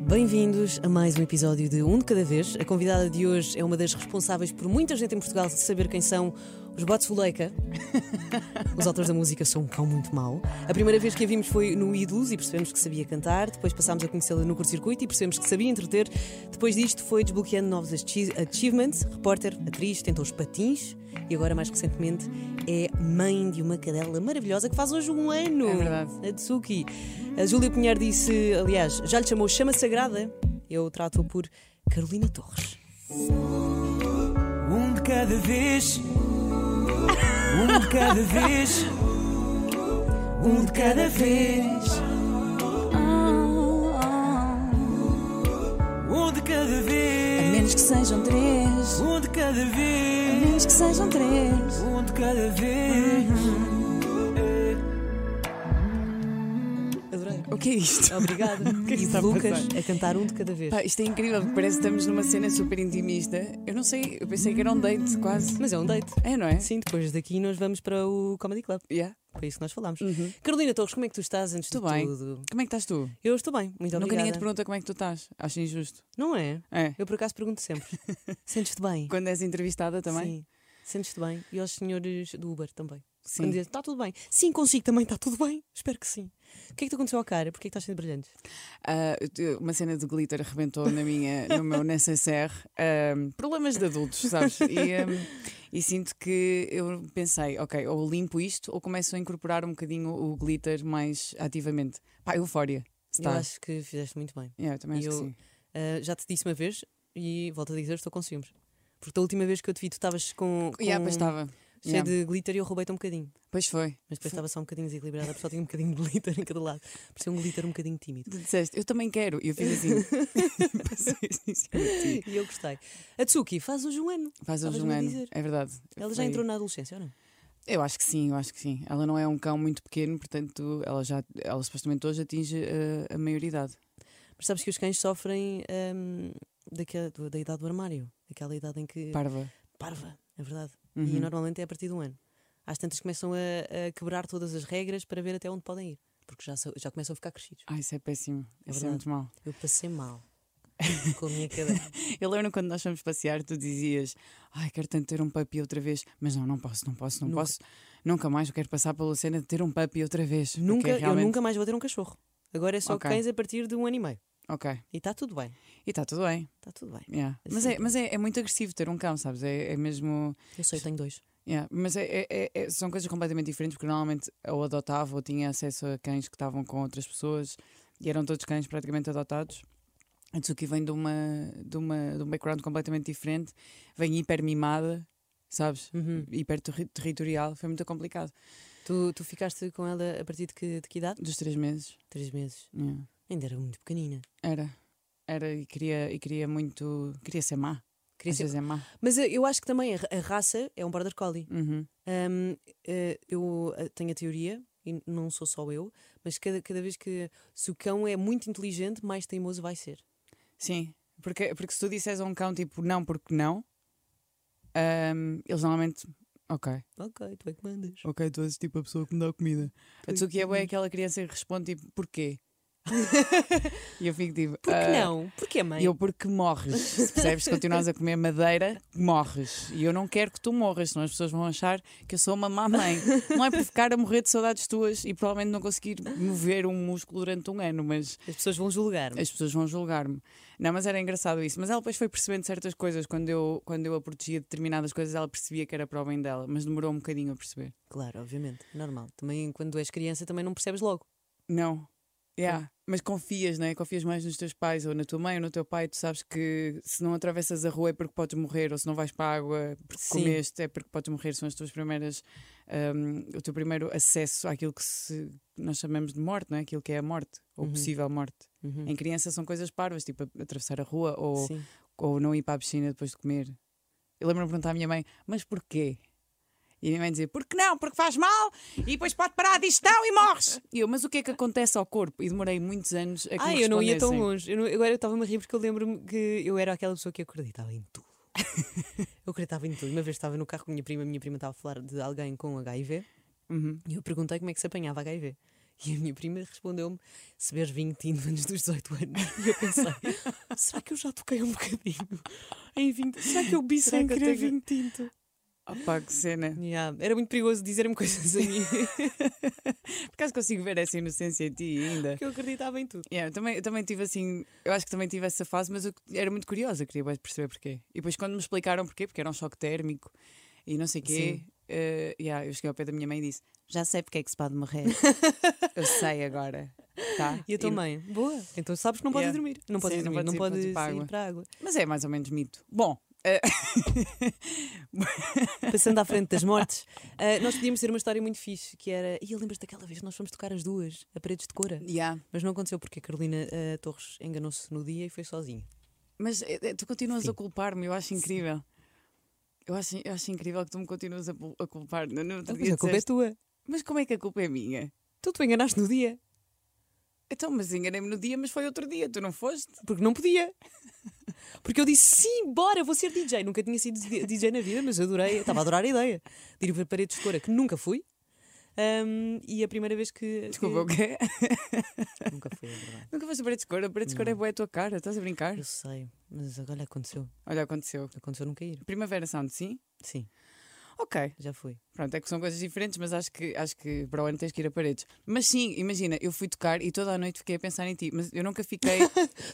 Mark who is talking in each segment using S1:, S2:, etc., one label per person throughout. S1: Bem-vindos a mais um episódio de Um de Cada Vez. A convidada de hoje é uma das responsáveis por muita gente em Portugal de saber quem são os Bots Fuleika. Os autores da música são um cão muito mau. A primeira vez que a vimos foi no Ídolos e percebemos que sabia cantar. Depois passámos a conhecê-la no curto-circuito e percebemos que sabia entreter. Depois disto foi desbloqueando novos achi- achievements. Repórter, atriz, tentou os patins e agora, mais recentemente, é mãe de uma cadela maravilhosa que faz hoje um ano.
S2: É verdade.
S1: A Tsuki. A Júlia Pinheiro disse, aliás, já lhe chamou Chama Sagrada. Eu trato-a por Carolina Torres.
S3: Um de cada vez. Um de cada vez. Um de cada vez. Um de cada
S2: A
S3: vez.
S2: menos que sejam três.
S3: Um de cada
S2: A
S3: vez.
S2: menos que sejam três.
S3: Um de cada vez.
S2: Uhum.
S1: Adorei.
S2: O que é isto?
S1: Obrigada.
S2: que
S1: e
S2: está a
S1: Lucas
S2: passar?
S1: a cantar um de cada vez.
S2: Pá, isto é incrível, porque parece que estamos numa cena super intimista. Eu não sei, eu pensei que era um date quase.
S1: Mas é um date.
S2: É, não é?
S1: Sim, depois daqui nós vamos para o Comedy Club.
S2: Yeah.
S1: Foi isso que nós falámos. Carolina Torres, como é que tu estás antes
S2: Uhum. Estou
S1: de
S2: bem.
S1: tudo?
S2: Como é que estás tu?
S1: Eu estou bem, muito
S2: Nunca ninguém te
S1: obrigada.
S2: pergunta como é que tu estás. Acho injusto.
S1: Não é?
S2: É.
S1: Eu por acaso pergunto sempre. Sentes-te bem?
S2: Quando és entrevistada também?
S1: Sim. Sentes-te bem? E aos senhores do Uber também.
S2: Sim.
S1: Quando dizem, está tudo bem. Sim, consigo também, está tudo bem. Espero que sim. O que é que te aconteceu à cara? Porquê é que estás sendo brilhante?
S2: Ah, eu- uma cena de glitter arrebentou na minha, no meu necessaire. Ahm, problemas de adultos, sabes? E, ahm, e sinto que eu pensei, ok, ou limpo isto ou começo a incorporar um bocadinho o glitter mais ativamente. Pá, euforia.
S1: Eu
S2: Está.
S1: acho que fizeste muito bem.
S2: Yeah, eu também acho
S1: eu-
S2: que sim.
S1: Ah, já te disse uma vez e volto a dizer, estou com ciúmes. Porque da última vez que eu te vi, tu estavas com, com
S2: Yeah, pois estava.
S1: cheio
S2: Yeah.
S1: de glitter e eu roubei-te um bocadinho.
S2: Pois foi.
S1: Mas depois estava só um bocadinho desequilibrada, a pessoa tinha um bocadinho de glitter em cada lado. Parecia um glitter um bocadinho tímido.
S2: Tu disseste, eu também quero. E eu fiz assim. Passei assim em cima de ti.
S1: E eu gostei. A Tsuki faz hoje um ano.
S2: Faz hoje um
S1: Estavas-me a
S2: ano.
S1: dizer.
S2: É verdade.
S1: Ela já
S2: Foi-
S1: entrou na adolescência, ou não?
S2: Eu acho que sim, eu acho que sim. Ela não é um cão muito pequeno, portanto, ela já, ela supostamente hoje atinge eh, a maioridade.
S1: Mas sabes que os cães sofrem hum, daquela, do- da idade do armário. Daquela idade em que.
S2: Parva.
S1: Parva, é verdade. E
S2: Uhum.
S1: normalmente é a partir do ano. Às tantas começam a, a quebrar todas as regras para ver até onde podem ir. Porque já, são- já começam a ficar crescidos.
S2: Ah, isso é péssimo.
S1: É
S2: isso
S1: verdade.
S2: é muito mal.
S1: Eu passei mal com a minha cadela.
S2: Eu lembro quando nós fomos passear, tu dizias: Ai, quero tanto ter um puppy outra vez, mas não, não posso, não posso, não
S1: Nunca.
S2: posso. Nunca mais eu quero passar pela cena de ter um puppy outra vez. porque
S1: Nunca,
S2: é
S1: Eu
S2: realmente...
S1: nunca mais vou ter um cachorro. Agora é só
S2: Ok.
S1: cães a partir de um ano e meio.
S2: Ok.
S1: E está tudo bem.
S2: E está tudo bem.
S1: Está tudo bem.
S2: yeah. Mas, é, mas é, é muito agressivo ter um cão, sabes? É, é mesmo.
S1: Eu sei, eu tenho dois.
S2: yeah, Mas é- é- é- é- são coisas completamente diferentes, porque normalmente eu adotava ou tinha acesso a cães que estavam com outras pessoas e eram todos cães praticamente adotados. A Tsuki vem de, uma, de, uma, de um background completamente diferente, vem hiper mimada, sabes?
S1: Hum.
S2: hiper terri- territorial, foi muito complicado.
S1: Uhum. Tu, tu ficaste com ela a partir de que, de que idade?
S2: Dos três meses,
S1: Três meses.
S2: yeah,
S1: Ainda era muito pequenina.
S2: era. Era e queria, e queria muito. Queria ser má.
S1: Queria
S2: Às
S1: ser-
S2: vezes é má.
S1: Mas eh, eu acho que também a, ra- a raça é um border collie.
S2: Uhum.
S1: Ahm, eh, eu eh, tenho a teoria, e não sou só eu, mas cada, cada vez que. Se o cão é muito inteligente, mais teimoso vai ser.
S2: Sim, porque, porque se tu disseres a um cão tipo não porque não, ahm, eles normalmente. Ok,
S1: Ok, tu é que mandas.
S2: ok, tu és tipo a pessoa que me dá a comida. A
S1: Pois
S2: Tsuki é bué aquela criança que responde tipo porquê? e eu fico tipo.
S1: Porque
S2: "Ah,
S1: não? Porque é mãe.
S2: E eu, porque morres. Se percebes, se continuas a comer madeira, morres. E eu não quero que tu morras, senão as pessoas vão achar que eu sou uma má mãe. Não é por ficar a morrer de saudades tuas e provavelmente não conseguir mover um músculo durante um ano, mas
S1: As pessoas vão julgar-me.
S2: as pessoas vão julgar-me. Não, mas era engraçado isso. Mas ela depois foi percebendo certas coisas. Quando eu, quando eu a protegia de determinadas coisas, ela percebia que era para o bem dela, mas demorou um bocadinho a perceber.
S1: Claro, obviamente. Normal. Também quando és criança também não percebes logo.
S2: Não. Yeah. Mas confias, né? Confias mais nos teus pais ou na tua mãe ou no teu pai. Tu sabes que se não atravessas a rua é porque podes morrer, ou se não vais para a água porque
S1: Sim.
S2: comeste é porque podes morrer. São as tuas primeiras, hum, o teu primeiro acesso àquilo que se- nós chamamos de morte, não é? Aquilo que é a morte ou
S1: Uhum.
S2: possível morte.
S1: Uhum.
S2: Em criança são coisas parvas, tipo a- atravessar a rua ou,
S1: Sim.
S2: ou não ir para a piscina depois de comer. Eu lembro-me de perguntar à minha mãe, mas porquê? E a minha mãe dizia, porque não, porque faz mal e depois pode parar a digestão e morres. E eu, mas o que é que acontece ao corpo? E demorei muitos anos a É que
S1: Ah,
S2: me
S1: eu não ia tão longe.
S2: respondessem.
S1: Eu não- agora eu estava-me a rir porque eu lembro-me que eu era aquela pessoa que acreditava em tudo. eu acreditava em tudo. Uma vez estava no carro com a minha prima, a minha prima estava a falar de alguém com HIV
S2: Uhum.
S1: e eu perguntei como é que se apanhava HIV. E a minha prima respondeu-me: se beres vinho tinto antes dos 18 anos. E eu pensei: será que eu já toquei um bocadinho em vinho tinto? Será que eu bi
S2: Será
S1: sem
S2: que eu
S1: querer
S2: tenho-
S1: vinho tinto?
S2: Opa, que cena.
S1: Yeah, Era muito perigoso dizerem-me coisas a mim,
S2: Por acaso consigo ver essa inocência em ti ainda.
S1: porque eu acreditava em tudo.
S2: Yeah, eu, também, eu também tive assim, eu acho que também tive essa fase, mas eu era muito curiosa, queria bué perceber porquê. E depois quando me explicaram porquê, porque era um choque térmico e não sei o quê,
S1: Sim.
S2: eh, yeah, eu cheguei ao pé da minha mãe e disse: Já sei porque é que se pode morrer. eu sei agora. Tá?
S1: E eu também. Boa. Então sabes que não podes
S2: Yeah.
S1: dormir. Não
S2: Sim,
S1: podes
S2: não
S1: dormir, não
S2: podes
S1: podes
S2: ir- podes ir
S1: ir
S2: para a
S1: para a
S2: água.
S1: água.
S2: Mas é mais ou menos mito. Bom,
S1: Passando à frente das mortes, ah, nós podíamos ter uma história muito fixe, que era. E lembras daquela vez que nós fomos tocar as duas, a paredes de cora?
S2: yeah.
S1: Mas não aconteceu porque a Carolina ah, Torres enganou-se no dia e foi sozinha.
S2: mas eh, eh, tu continuas
S1: Sim.
S2: a culpar-me, eu acho incrível. Eu acho, eu acho incrível que tu me continuas a, pul- a culpar. No, no outro
S1: Mas
S2: dia
S1: a culpa é
S2: disseste,
S1: tua.
S2: mas como é que a culpa é minha?
S1: Tu te enganaste no dia,
S2: Então, mas enganei-me no dia, mas foi outro dia, tu não foste?
S1: porque não podia. Porque eu disse sim, bora, vou ser DJ. Nunca tinha sido DJ na vida, mas adorei, estava a adorar a ideia de ir para paredes de cora, que nunca fui. Ahm, e a primeira vez que.
S2: Desculpa, o
S1: que-
S2: quê?
S1: Nunca fui, é verdade.
S2: Nunca foste a parede de cor, a parede de cor é boa a tua cara, estás a brincar?
S1: Eu sei, mas agora aconteceu.
S2: Olha, aconteceu.
S1: Aconteceu nunca ir.
S2: Primavera Sound, sim?
S1: Sim,
S2: Ok.
S1: já fui.
S2: Pronto, é que são coisas diferentes, mas acho que, acho que para o ano tens que ir a paredes. Mas sim, imagina, eu fui tocar e toda a noite fiquei a pensar em ti, mas eu nunca fiquei.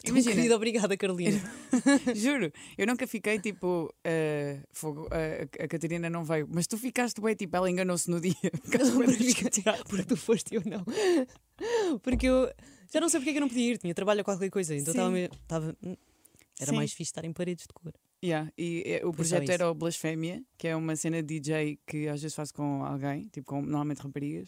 S1: Imagina.
S2: imagina,
S1: obrigada, Carolina.
S2: juro, eu nunca fiquei tipo. ah, fogo, ah, a Catarina não veio, mas tu ficaste bem, tipo, ela enganou-se no dia. Ficaste bué chateada.
S1: Porque tu foste e eu não. Porque eu já não sei porque é que eu não podia ir, tinha trabalho ou qualquer coisa, então
S2: Sim.
S1: estava. meio- estava- Era
S2: Sim.
S1: mais fixe estar em paredes de cor.
S2: Yeah, e eh, o
S1: Foi só
S2: projeto
S1: isso.
S2: era o Blasfémia, que é uma cena de DJ que às vezes faço com alguém, tipo com normalmente raparigas.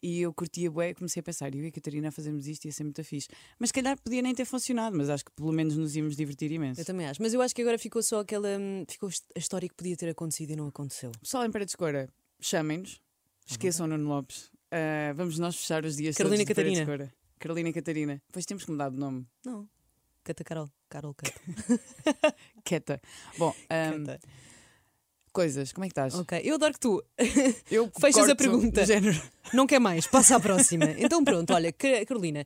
S2: E eu curtia bué, comecei a pensar, eu e a Catarina fazemos isto ia ser muito fixe. Mas se calhar podia nem ter funcionado, mas acho que pelo menos nos íamos divertir imenso.
S1: Eu também acho, mas eu acho que agora ficou só aquela. hum, Ficou est- a história que podia ter acontecido e não aconteceu.
S2: Pessoal em Paredes de Cora, chamem-nos, esqueçam o Nuno Lopes. Ah, vamos nós fechar os dias
S1: Carolina
S2: todos de Paredes de
S1: Catarina.
S2: Cora. Carolina e Catarina. Pois temos que mudar de nome.
S1: Não. Cata Carol. Carol Cata.
S2: Queta. Bom, ah,
S1: Cata.
S2: coisas, como é que estás?
S1: Ok, eu adoro que tu
S2: Eu
S1: Fechas a
S2: corto
S1: pergunta.
S2: do género.
S1: não quer mais, passa à próxima. Então pronto, olha, Ca- Carolina,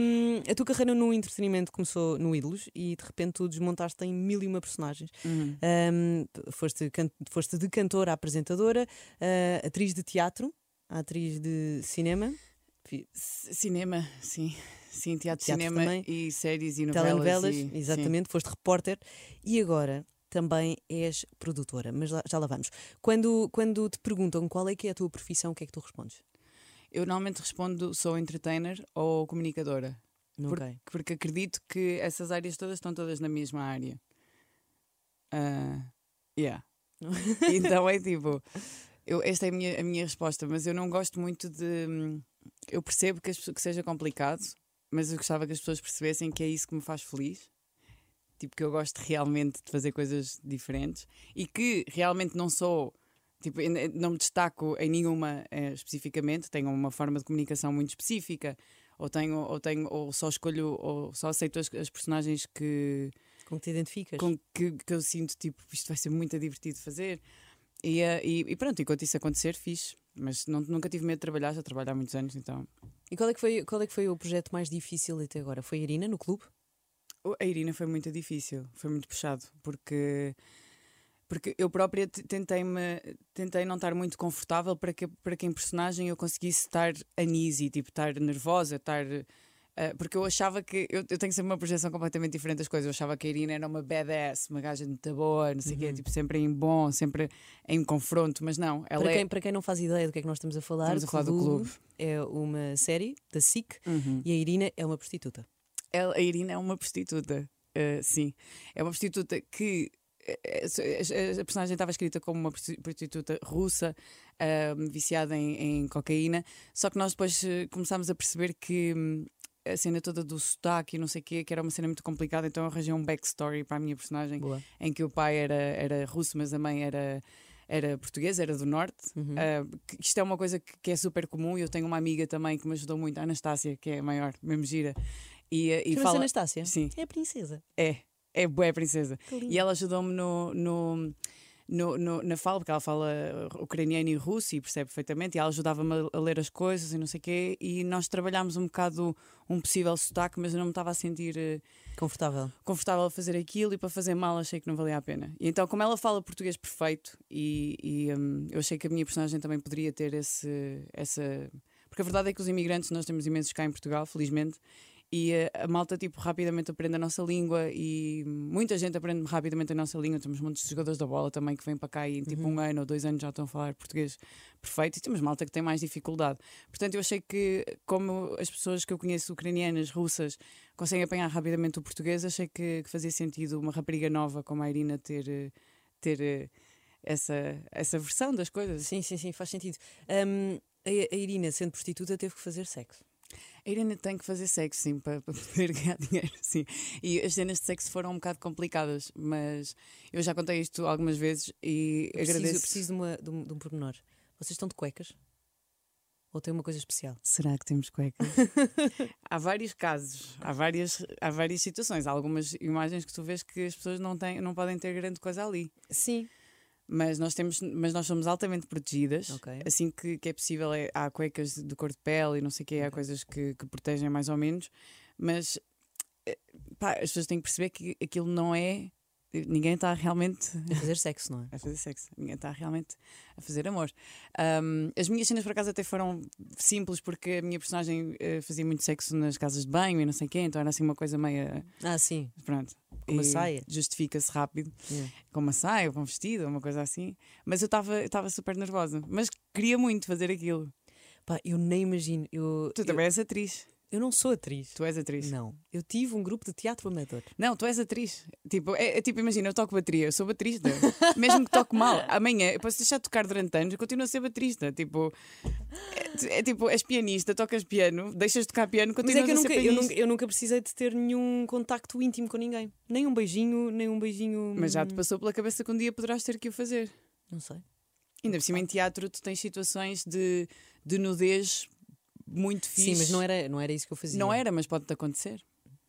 S1: hum, a tua carreira no entretenimento começou no Ídolos e de repente tu desmontaste em mil e uma personagens.
S2: Uhum.
S1: Um, foste, can- foste de cantora a apresentadora, uh, atriz de teatro, atriz de cinema,
S2: C- Cinema, sim. Sim, teatro,
S1: Teatro
S2: cinema
S1: também.
S2: e séries e novelas.
S1: telenovelas,
S2: e-
S1: exatamente, foste repórter e agora também és produtora, mas lá- já lá vamos. Quando, quando te perguntam qual é que é a tua profissão, o que é que tu respondes?
S2: sim. Eu normalmente respondo sou entertainer ou comunicadora,
S1: Nunca.
S2: porque acredito que essas áreas todas estão todas na mesma área. Ah, yeah. então é tipo, eu, esta é a minha, a minha resposta, mas eu não gosto muito de. hum, Eu percebo que, as, pessoas- que seja complicado, mas eu gostava que as pessoas percebessem que é isso que me faz feliz. Tipo, que eu gosto realmente de fazer coisas diferentes e que realmente não sou. Tipo, eu ne- não me destaco em nenhuma eh, especificamente, tenho uma forma de comunicação muito específica, ou tenho, ou tenho, ou só escolho, ou só aceito as- as personagens que,
S1: Com que te identificas?
S2: com que, que eu sinto, tipo, isto vai ser muito divertido de fazer. E, eh, e, e pronto, enquanto isso acontecer, fiz. Mas não- nunca tive medo de trabalhar, já trabalho há muitos anos, então.
S1: E qual é, que foi, qual é que foi o projeto mais difícil até agora? Foi a Irina no clube?
S2: O- A Irina foi muito difícil, foi muito puxado, porque, porque eu própria te- tentei-me, tentei não estar muito confortável para que, para que em personagem eu conseguisse estar uneasy, tipo, estar nervosa, estar. eh, porque eu achava que. Eu, eu tenho sempre uma projeção completamente diferente das coisas. Eu achava que a Irina era uma badass, uma gaja muito boa, não sei o
S1: Uhum.
S2: quê, tipo, sempre em bom, sempre em confronto, mas não. Ela
S1: Para
S2: é.
S1: quem, para quem não faz ideia do que é que nós estamos a falar,
S2: Estamos a falar do clube.
S1: é uma série da SIC
S2: Uhum.
S1: e a Irina é uma prostituta.
S2: Ela- a Irina é uma prostituta. Uh, sim. É uma prostituta que. eh, eh, so- A a personagem estava escrita como uma prosti- prostituta russa, um, viciada em, em cocaína, só que nós depois eh, começámos a perceber que hum, a cena toda do sotaque e não sei o quê, que era uma cena muito complicada, então eu arranjei um backstory para a minha personagem
S1: Boa.
S2: em que o pai era, era russo, mas a mãe era, era portuguesa, era do norte.
S1: Uhum.
S2: Ah, que- isto é uma coisa que, que é super comum. e Eu tenho uma amiga também que me ajudou muito, a Anastácia, que é a maior, mesmo gira. E, ah, e
S1: Chama-se
S2: fala.
S1: Anastácia?
S2: Sim,
S1: É a princesa.
S2: é. É boa princesa.
S1: Que lindo.
S2: E ela ajudou-me no, no, no- no- na fala, porque ela fala ucraniano e russo e percebe perfeitamente, e ela ajudava-me a, a ler as coisas e não sei o quê, e nós trabalhámos um bocado um possível sotaque, mas eu não me estava a sentir. eh,
S1: Confortável.
S2: confortável a fazer aquilo e para fazer mal achei que não valia a pena. E então, como ela fala português perfeito, e, e, hum, eu achei que a minha personagem também poderia ter esse, essa. Porque a verdade é que os imigrantes, nós temos imensos cá em Portugal, felizmente, e eh, a malta tipo, rapidamente aprende a nossa língua e muita gente aprende rapidamente a nossa língua. Temos muitos jogadores da bola também que vêm para cá e em tipo um ano ou dois anos já estão a falar português perfeito e temos malta que tem mais dificuldade. Portanto, eu achei que, como as pessoas que eu conheço, ucranianas, russas, conseguem apanhar rapidamente o português, achei que, que fazia sentido uma rapariga nova como a Irina ter, eh, ter eh, essa, essa versão das coisas.
S1: Sim, sim, sim, faz sentido. Hum, a, a Irina, sendo prostituta, teve que fazer sexo.
S2: A Irina tem que fazer sexo, sim, para, para poder ganhar dinheiro, sim. E as cenas de sexo foram um bocado complicadas, mas eu já contei isto algumas vezes e
S1: Eu preciso,
S2: agradeço.
S1: eu preciso de, uma, de, um, de um pormenor. Vocês estão de cuecas? Ou tem uma coisa especial?
S2: Será que temos cuecas? há vários casos, há várias, há várias situações. Há algumas imagens que tu vês que as pessoas não, têm, não podem ter grande coisa ali.
S1: Sim.
S2: Mas nós, temos, mas nós somos altamente protegidas.
S1: Ok.
S2: Assim que, que é possível, é- há cuecas de- de cor de pele e não sei o quê, há coisas que, que protegem mais ou menos. Mas eh, pá, as pessoas têm que perceber que aquilo não é. Ninguém está realmente
S1: A fazer sexo, não é?
S2: a fazer sexo. Ninguém está realmente a fazer amor. Ahm, as minhas cenas por acaso até foram simples porque a minha personagem eh, fazia muito sexo nas casas de banho e não sei o quê, então era assim uma coisa meio.
S1: Ah, sim.
S2: Pronto.
S1: Com uma
S2: E
S1: saia. É.
S2: Justifica-se rápido.
S1: Yeah.
S2: Com uma saia, com um vestido, uma coisa assim. Mas eu estava eu estava super nervosa. Mas queria muito fazer aquilo.
S1: Pá, eu nem imagino. Eu,
S2: Tu
S1: eu,
S2: também és atriz.
S1: eu não sou atriz.
S2: Tu és atriz.
S1: Não. Eu tive um grupo de teatro amador.
S2: Não, tu és atriz. Tipo, é, é tipo, imagina, eu toco bateria, eu sou baterista. Mesmo que toque mal, amanhã eu posso deixar de tocar durante anos, eu continuo a ser baterista. Tipo, é, é tipo, és pianista, tocas piano, deixas de tocar piano,
S1: Mas
S2: continuas
S1: é que eu nunca,
S2: a ser
S1: eu,
S2: pianista.
S1: nunca, eu nunca precisei de ter nenhum contacto íntimo com ninguém. Nem um beijinho, nem um beijinho.
S2: Mas já
S1: hum,
S2: te passou pela cabeça que um dia poderás ter que o fazer.
S1: Não sei.
S2: Ainda por cima, em teatro, tu tens situações de, de nudez muito fixe.
S1: Sim, mas não é assim. era, não era isso que eu fazia.
S2: Não era, mas pode-te acontecer.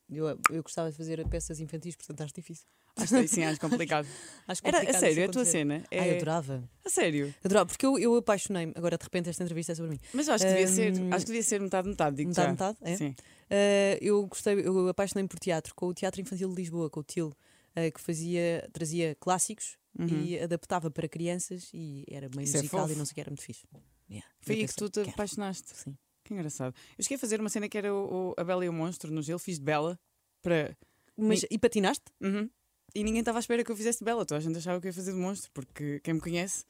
S1: Eu, eu gostava de fazer peças infantis, portanto acho difícil.
S2: Acho que sim, acho complicado.
S1: Acho
S2: Era, a
S1: complicado
S2: sério,
S1: isso
S2: é a tua
S1: acontecer.
S2: cena. É,
S1: Ai, eu adorava.
S2: a sério.
S1: Adorava, porque eu, eu apaixonei-me. Agora, de repente, esta entrevista é sobre mim.
S2: Mas eu acho que devia ser,
S1: Hum,
S2: acho que devia ser metade, metade, digo
S1: Metade, metade? É?
S2: Sim.
S1: Ah, eu gostei, eu apaixonei-me por teatro, com o Teatro Infantil de Lisboa, com o TIL, ah, que fazia, trazia clássicos e adaptava para crianças e era meio
S2: Uhum. Isso é
S1: musical e
S2: fofo.
S1: não sei o que, era muito fixe. Yeah.
S2: Foi
S1: Eu
S2: aí que
S1: pensei,
S2: tu te
S1: quero.
S2: apaixonaste.
S1: Sim.
S2: Que engraçado. Eu cheguei a fazer uma cena que era o, o- a Bela e o Monstro no gelo, fiz de Bela para.
S1: Mas, e patinaste? Ah,
S2: Uhum. E ninguém estava à espera que eu fizesse de Bela. Toda a gente achava que eu ia fazer de monstro, porque quem me conhece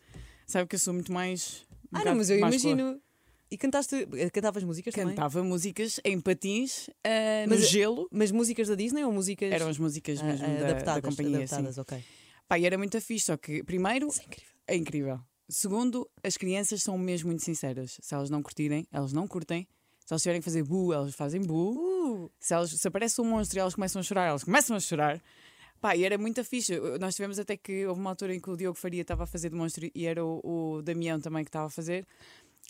S2: sabe que eu sou muito mais. um
S1: ah, não,
S2: bocado
S1: mas eu
S2: mais
S1: imagino. E cantaste, eh, cantavas músicas
S2: boa.
S1: também?
S2: Cantava músicas em patins, ah, no
S1: Mas-
S2: gelo.
S1: Mas músicas da Disney ou músicas
S2: Eram as músicas
S1: ah,
S2: mesmo
S1: ah,
S2: da, da
S1: adaptadas?
S2: companhia. Sim.
S1: adaptadas, ok.
S2: Pá, e era muito fixe, só que primeiro
S1: Isso é incrível.
S2: é incrível. Segundo, as crianças são mesmo muito sinceras. Se elas não curtirem, elas não curtem. Se elas tiverem que fazer bu, elas fazem bu.
S1: Uh,
S2: Se, elas, se aparece um monstro e elas começam a chorar, elas começam a chorar. Pá, e era muito fixe. Eu- Nós tivemos até que houve uma altura em que o Diogo Faria estava a fazer de monstro e era o, o Damião também que estava a fazer.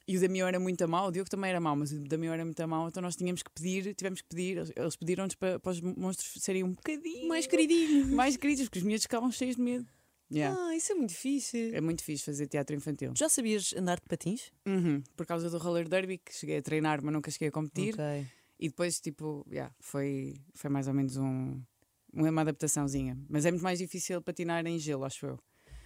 S2: E o Damião era muito mau, o Diogo também era mau, mas o Damião era muito mau, então nós tínhamos que pedir, tivemos que pedir, eles- eles pediram-nos para, para os monstros serem um bocadinho
S1: mais queridinho.
S2: mais queridos, porque os miúdos ficavam cheios de medo. Yeah.
S1: Ah, isso é muito difícil.
S2: É muito fixe fazer teatro infantil.
S1: Já sabias andar de patins?
S2: Uhum, Por causa do roller derby, que cheguei a treinar, mas nunca cheguei a competir.
S1: Ok.
S2: E depois, tipo, yeah, foi, foi mais ou menos um, uma adaptaçãozinha. Mas é muito mais difícil patinar em gelo, acho eu.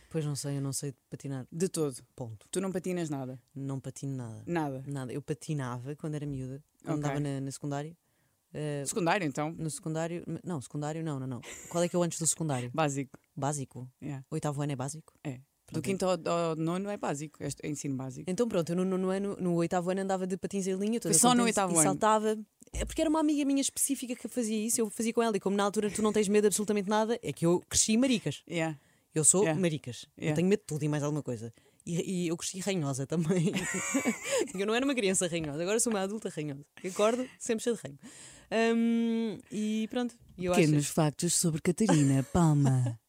S1: Pois não sei, eu não sei patinar.
S2: De todo.
S1: Ponto.
S2: Tu não patinas nada.
S1: Não patino nada.
S2: Nada.
S1: Nada. Eu patinava quando era miúda, quando
S2: Ok.
S1: andava na, na secundária. Ah,
S2: Secundário, então.
S1: no secundário. Não, secundário não, não, não. Qual é que é o antes do secundário?
S2: Básico.
S1: Básico.
S2: yeah.
S1: Oitavo ano é básico?
S2: É. Do
S1: Pronto.
S2: quinto ao, ao nono é básico. É est- é ensino básico.
S1: Então pronto, eu no, nono ano, no oitavo ano andava de patins em linha, toda
S2: Foi só no
S1: contente,
S2: oitavo
S1: e
S2: ano?
S1: saltava. É porque era uma amiga minha específica que fazia isso, eu fazia com ela e como na altura tu não tens medo de absolutamente nada, é que eu cresci maricas.
S2: Yeah.
S1: Eu sou
S2: Yeah.
S1: maricas. Eu
S2: Yeah.
S1: tenho medo de tudo e mais alguma coisa. E, e eu cresci ranhosa também. eu não era uma criança ranhosa, agora sou uma adulta ranhosa. Eu acordo sempre cheia de ranho. Hum, e pronto, e eu acho.
S2: factos sobre Catarina Palma.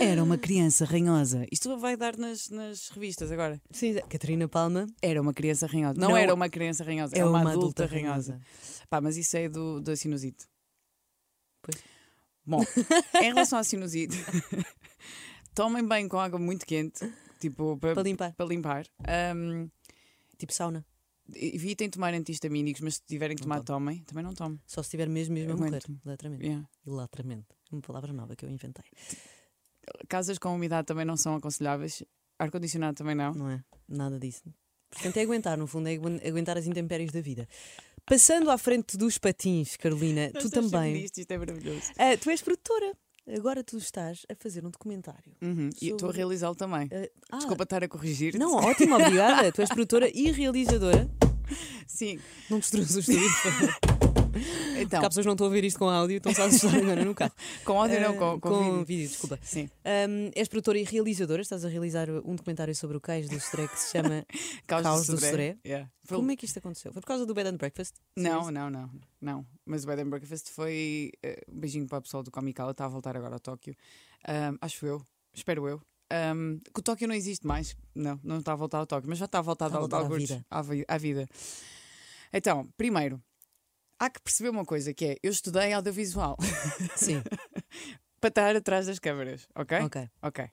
S2: Era uma criança ranhosa. Isto vai dar nas, nas revistas agora.
S1: Sim, Catarina Palma
S2: Era uma criança ranhosa. Não,
S1: Não,
S2: era uma criança ranhosa,
S1: é
S2: era
S1: uma,
S2: uma,
S1: adulta,
S2: adulta,
S1: ranhosa.
S2: ranhosa. Pá, mas isso é do, do sinusite.
S1: Pois.
S2: Bom, em relação à sinusite, tomem banho com água muito quente, tipo, para
S1: para limpar,
S2: para limpar. Ahm,
S1: tipo sauna.
S2: evitem tomar antihistamínicos, mas se tiverem que tomar, tomem. Também não tomem.
S1: Só se tiver mesmo, mesmo a
S2: Eu
S1: morrer.
S2: aguento.
S1: Letramente.
S2: Yeah.
S1: Ilatramente. Uma palavra nova que eu inventei.
S2: Casas com umidade também não são aconselháveis. Ar-condicionado também não.
S1: Não é? Nada disso. Portanto, é aguentar, no fundo, é agu- aguentar as intempéries da vida. Passando à frente dos patins, Carolina,
S2: Nós
S1: tu
S2: estamos sempre
S1: também.
S2: Disto, isto é maravilhoso.
S1: Ah, tu és produtora. Agora tu estás a fazer um documentário.
S2: Uhum. E eu estou a
S1: Sobre-
S2: realizá-lo também.
S1: Ah, ah,
S2: Desculpa estar a corrigir.
S1: Não, ótimo, obrigada. tu és produtora e realizadora.
S2: Sim.
S1: Não destruas os estúdio, por favor.
S2: Então,
S1: Porque há pessoas que não estão a ouvir isto com áudio, estão só a assustar agora no carro.
S2: com ódio não, com,
S1: Ah,
S2: com,
S1: com
S2: vídeo.
S1: vídeo, desculpa.
S2: Sim.
S1: Ahm, és produtora e realizadora, estás a realizar um documentário sobre o cais do Sodré que se chama.
S2: Caos,
S1: Caos
S2: do
S1: do
S2: Sodré.
S1: Sodré.
S2: Yeah. Foi- um
S1: Como é que isto aconteceu? Foi por causa do Bed and Breakfast?
S2: Não, não, não, não. Mas o Bed and Breakfast foi. eh, um beijinho para o pessoal do Comical, está a voltar agora ao Tóquio. Ahm, acho eu, espero eu. Ahm, que o Tóquio não existe mais. Não, não está a voltar ao Tóquio, mas já está a voltar,
S1: Está a
S2: de al-
S1: voltar à
S2: alguns-
S1: vida.
S2: à vi- à vida. Então, primeiro, há que perceber uma coisa que é: eu estudei audiovisual
S1: Sim,
S2: para estar atrás das câmaras, ok?
S1: ok.
S2: Ok.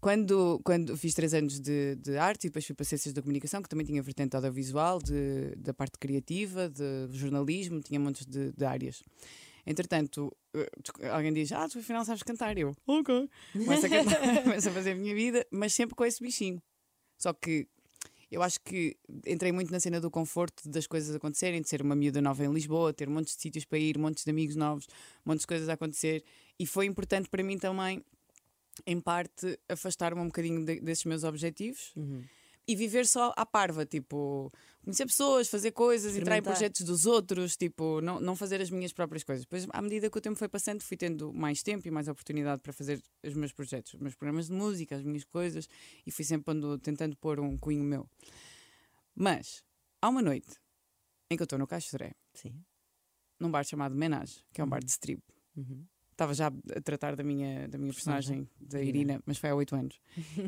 S2: Quando, quando fiz três anos de, de arte e depois fui para Ciências da Comunicação, que também tinha vertente audiovisual, de, da parte criativa, de jornalismo, tinha montes de, de áreas. Entretanto, eh, desco- alguém diz: Ah, tu afinal sabes cantar. Eu, ok. Começo a, cantar, começo a fazer a minha vida, mas sempre com esse bichinho. Só que eu acho que entrei muito na cena do conforto das coisas acontecerem, de ser uma miúda nova em Lisboa, ter montes de sítios para ir, montes de amigos novos, montes de coisas a acontecer. E foi importante para mim também, em parte, afastar-me um bocadinho de- desses meus objetivos
S1: Uhum.
S2: e viver só à parva, tipo, conhecer pessoas, fazer coisas, entrar em
S1: Experimentar.
S2: projetos dos outros, tipo, não, não fazer as minhas próprias coisas. Depois, à medida que o tempo foi passando, fui tendo mais tempo e mais oportunidade para fazer os meus projetos, os meus programas de música, as minhas coisas, e fui sempre pondo- tentando pôr um cunho meu. Mas, há uma noite em que eu estou no Caixo Seré,
S1: Sim.
S2: num bar chamado Menage, que é um bar de strip.
S1: Uhum.
S2: Estava já a tratar da minha, da minha personagem,
S1: Personagem.
S2: da
S1: Irina.
S2: Irina, mas foi há oito anos.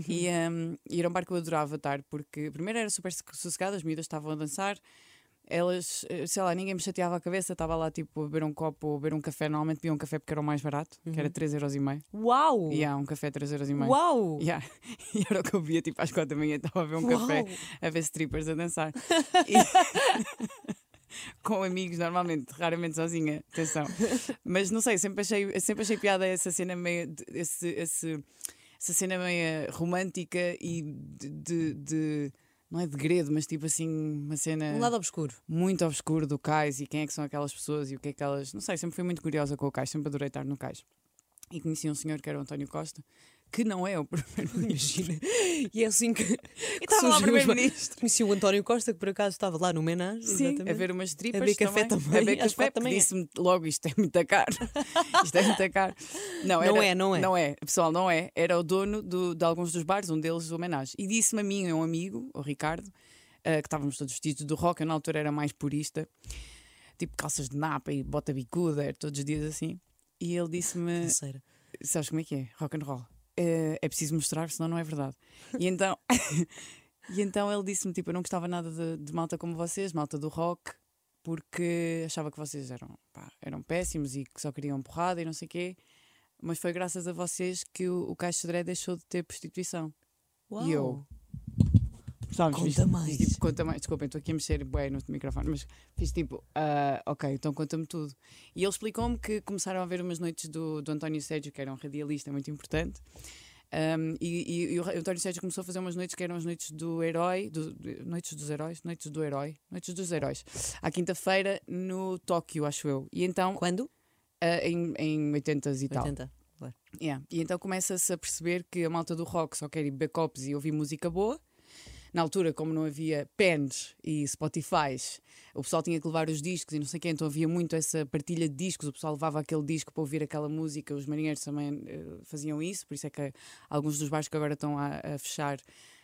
S2: e, um, e era um bar que eu adorava estar, porque primeiro era super sosse- sossegado, as miúdas estavam a dançar, elas, eh, sei lá, ninguém me chateava a cabeça, estava lá tipo a beber um copo ou a beber um café. Normalmente bebia um café porque era o mais barato, que era
S1: Uhum.
S2: 3,5€.
S1: Uau!
S2: E há um café 3,5€.
S1: Uau!
S2: Yeah. E era o que eu via tipo às quatro da manhã, estava a beber um
S1: Uau!
S2: café a ver strippers a dançar. E- Com amigos, normalmente, raramente sozinha, atenção. Mas não sei, sempre achei, sempre achei piada essa cena meio. de- Esse, esse- essa cena meio romântica e de, de- de- Não é degredo, mas tipo assim, uma cena
S1: Um lado obscuro.
S2: muito obscuro do cais e quem é que são aquelas pessoas e o que é que elas. Não sei, sempre fui muito curiosa com o cais, sempre adorei estar no cais. E conheci um senhor que era o António Costa, que não é o primeiro-ministro.
S1: Imagina. E é assim que.
S2: E estava lá o
S1: surgiu os ba-
S2: primeiro-ministro.
S1: Conheci o António Costa, que por acaso estava lá no Menage.
S2: Sim,
S1: exatamente.
S2: a ver umas tripas.
S1: A ver café também,
S2: A ver
S1: às
S2: café,
S1: quatro da
S2: porque
S1: manhã.
S2: disse-me logo isto é muito caro. isto é muito caro. Não,
S1: Não
S2: era-
S1: é, não é.
S2: Não é, pessoal, não é. Era o dono do- de alguns dos bares, um deles o homenagem. E disse-me a mim, e a um amigo, o Ricardo, eh, que estávamos todos vestidos do rock, eu na altura era mais purista, tipo calças de napa e bota bicuda, era todos os dias assim. E ele disse-me.
S1: Terceira.
S2: Sabes como é que é? Rock and roll. Eh, é preciso mostrar, senão não é verdade. E então, e então ele disse-me: tipo, eu não gostava nada de, de malta como vocês, malta do rock, porque achava que vocês eram, pá, eram péssimos e que só queriam porrada e não sei o quê. Mas foi graças a vocês que o, o Caixo Sodré deixou de ter prostituição.
S1: Uau!
S2: E eu? Sabes,
S1: Conta
S2: fiz- fiz
S1: mais.
S2: tipo, conta mais. Desculpem, estou aqui a mexer bué no microfone, mas fiz tipo, ah, ok, então conta-me tudo. E ele explicou-me que começaram a haver umas noites do, do António Sérgio, que era um radialista muito importante. Um, e, e- e o Ra- António Sérgio começou a fazer umas noites que eram as noites do herói, do- de- noites dos heróis, noites do herói, noites dos heróis, à quinta-feira no Tóquio, acho eu. E então,
S1: Quando?
S2: ah, em, em 80s e tal.
S1: 80.
S2: Yeah. E então começa-se a perceber que a malta do rock só quer ir beber copos e ouvir música boa. Na altura, como não havia pens e Spotifys, o pessoal tinha que levar os discos e não sei quem, então havia muito essa partilha de discos. O pessoal levava aquele disco para ouvir aquela música, os marinheiros também eh, faziam isso, por isso é que alguns dos bares que agora estão a, a fechar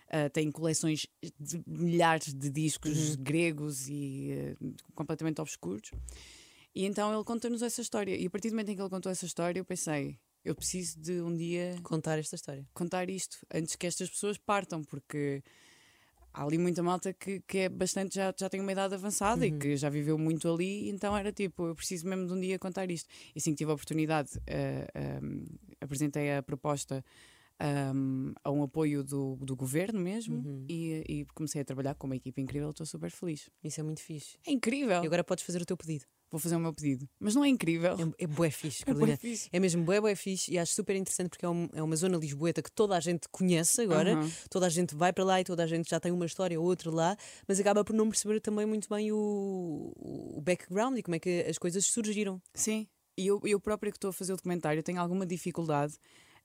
S2: eh, têm coleções de milhares de discos gregos e eh, completamente obscuros. E então ele conta-nos essa história. E a partir do momento em que ele contou essa história, eu pensei: eu preciso de um dia
S1: Contar esta história.
S2: contar isto antes que estas pessoas partam, porque há ali muita malta que, que é bastante, já, já tem uma idade avançada
S1: Uhum.
S2: e que já viveu muito ali, então era tipo, eu preciso mesmo de um dia contar isto. E assim que tive a oportunidade, eh, ehm, apresentei a eh, proposta ahm, a um apoio do, do governo mesmo
S1: Uhum.
S2: e, e comecei a trabalhar com uma equipa incrível. Estou super feliz.
S1: Isso é muito fixe.
S2: É incrível!
S1: E agora podes fazer o teu pedido.
S2: Vou fazer o meu pedido. Mas não é incrível.
S1: É, é bué fixe,
S2: bué
S1: Carolina.
S2: fixe.
S1: É mesmo bué, bué fixe e acho super interessante porque é, um- é uma zona lisboeta que toda a gente conhece agora,
S2: Aham.
S1: toda a gente vai para lá e toda a gente já tem uma história ou outra lá, mas acaba por não perceber também muito bem o, o background e como é que as coisas surgiram.
S2: Sim, e eu, eu própria que estou a fazer o documentário tenho alguma dificuldade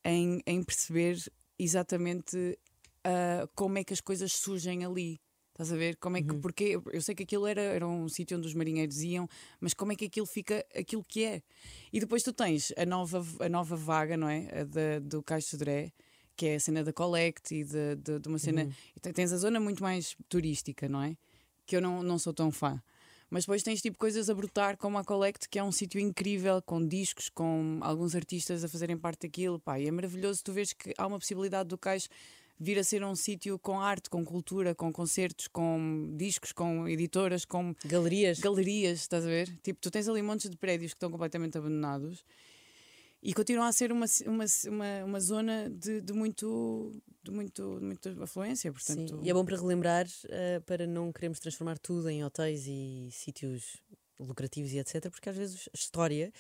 S2: em, em perceber exatamente ah, como é que as coisas surgem ali. Estás a ver? Como é que, porque eu sei que aquilo era, era um sítio onde os marinheiros iam, mas como é que aquilo fica aquilo que é? E depois tu tens a nova, a nova vaga, não é? A da- do Caixo Sodré, que é a cena da Collect e de, de, de uma cena. e te- Tens a zona muito mais turística, não é? Que eu não, não sou tão fã. Mas depois tens tipo coisas a brotar, como a Collect, que é um sítio incrível, com discos, com alguns artistas a fazerem parte daquilo. Pá, e é maravilhoso tu vês que há uma possibilidade do Cais vir a ser um sítio com arte, com cultura, com concertos, com discos, com editoras, com
S1: Galerias.
S2: galerias, estás a ver? Tipo, tu tens ali montes de prédios que estão completamente abandonados e continua a ser uma, ci- uma, ci- uma, uma zona de, de muito de muito de muita
S1: Sim,
S2: afluência, portanto.
S1: e é bom para relembrar, eh, para não queremos transformar tudo em hotéis e sítios lucrativos e etc, porque às vezes a história,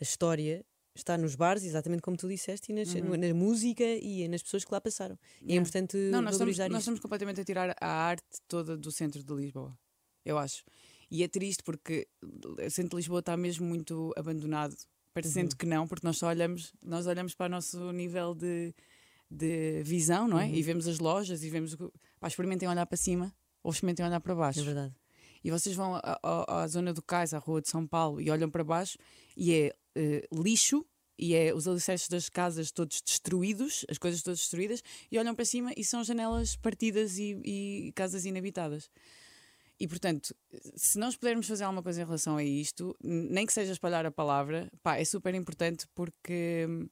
S1: a história está nos bares, exatamente como tu disseste, e nas- na música e nas pessoas que lá passaram. E é
S2: Uhum. Yeah.
S1: importante
S2: Não, nós estamos,
S1: valorizar
S2: nós
S1: isso.
S2: estamos completamente a tirar a arte toda do centro de Lisboa, eu acho. E é triste porque o centro de Lisboa está mesmo muito abandonado.
S1: Uhum.
S2: Parecendo que não, porque nós só olhamos, nós olhamos para o nosso nível de, de visão, não é?
S1: Uhum.
S2: E vemos as lojas e vemos. o que- Pá, experimentem olhar para cima ou experimentem olhar para baixo.
S1: É verdade.
S2: E vocês vão a- a- à zona do Cais, à rua de São Paulo, e olham para baixo e é eh, lixo, e é os alicerces das casas todos destruídos, as coisas todas destruídas, e olham para cima e são janelas partidas e, e casas inabitadas. E portanto, se nós pudermos fazer alguma coisa em relação a isto, n- nem que seja espalhar a palavra, pá, é super importante porque hum,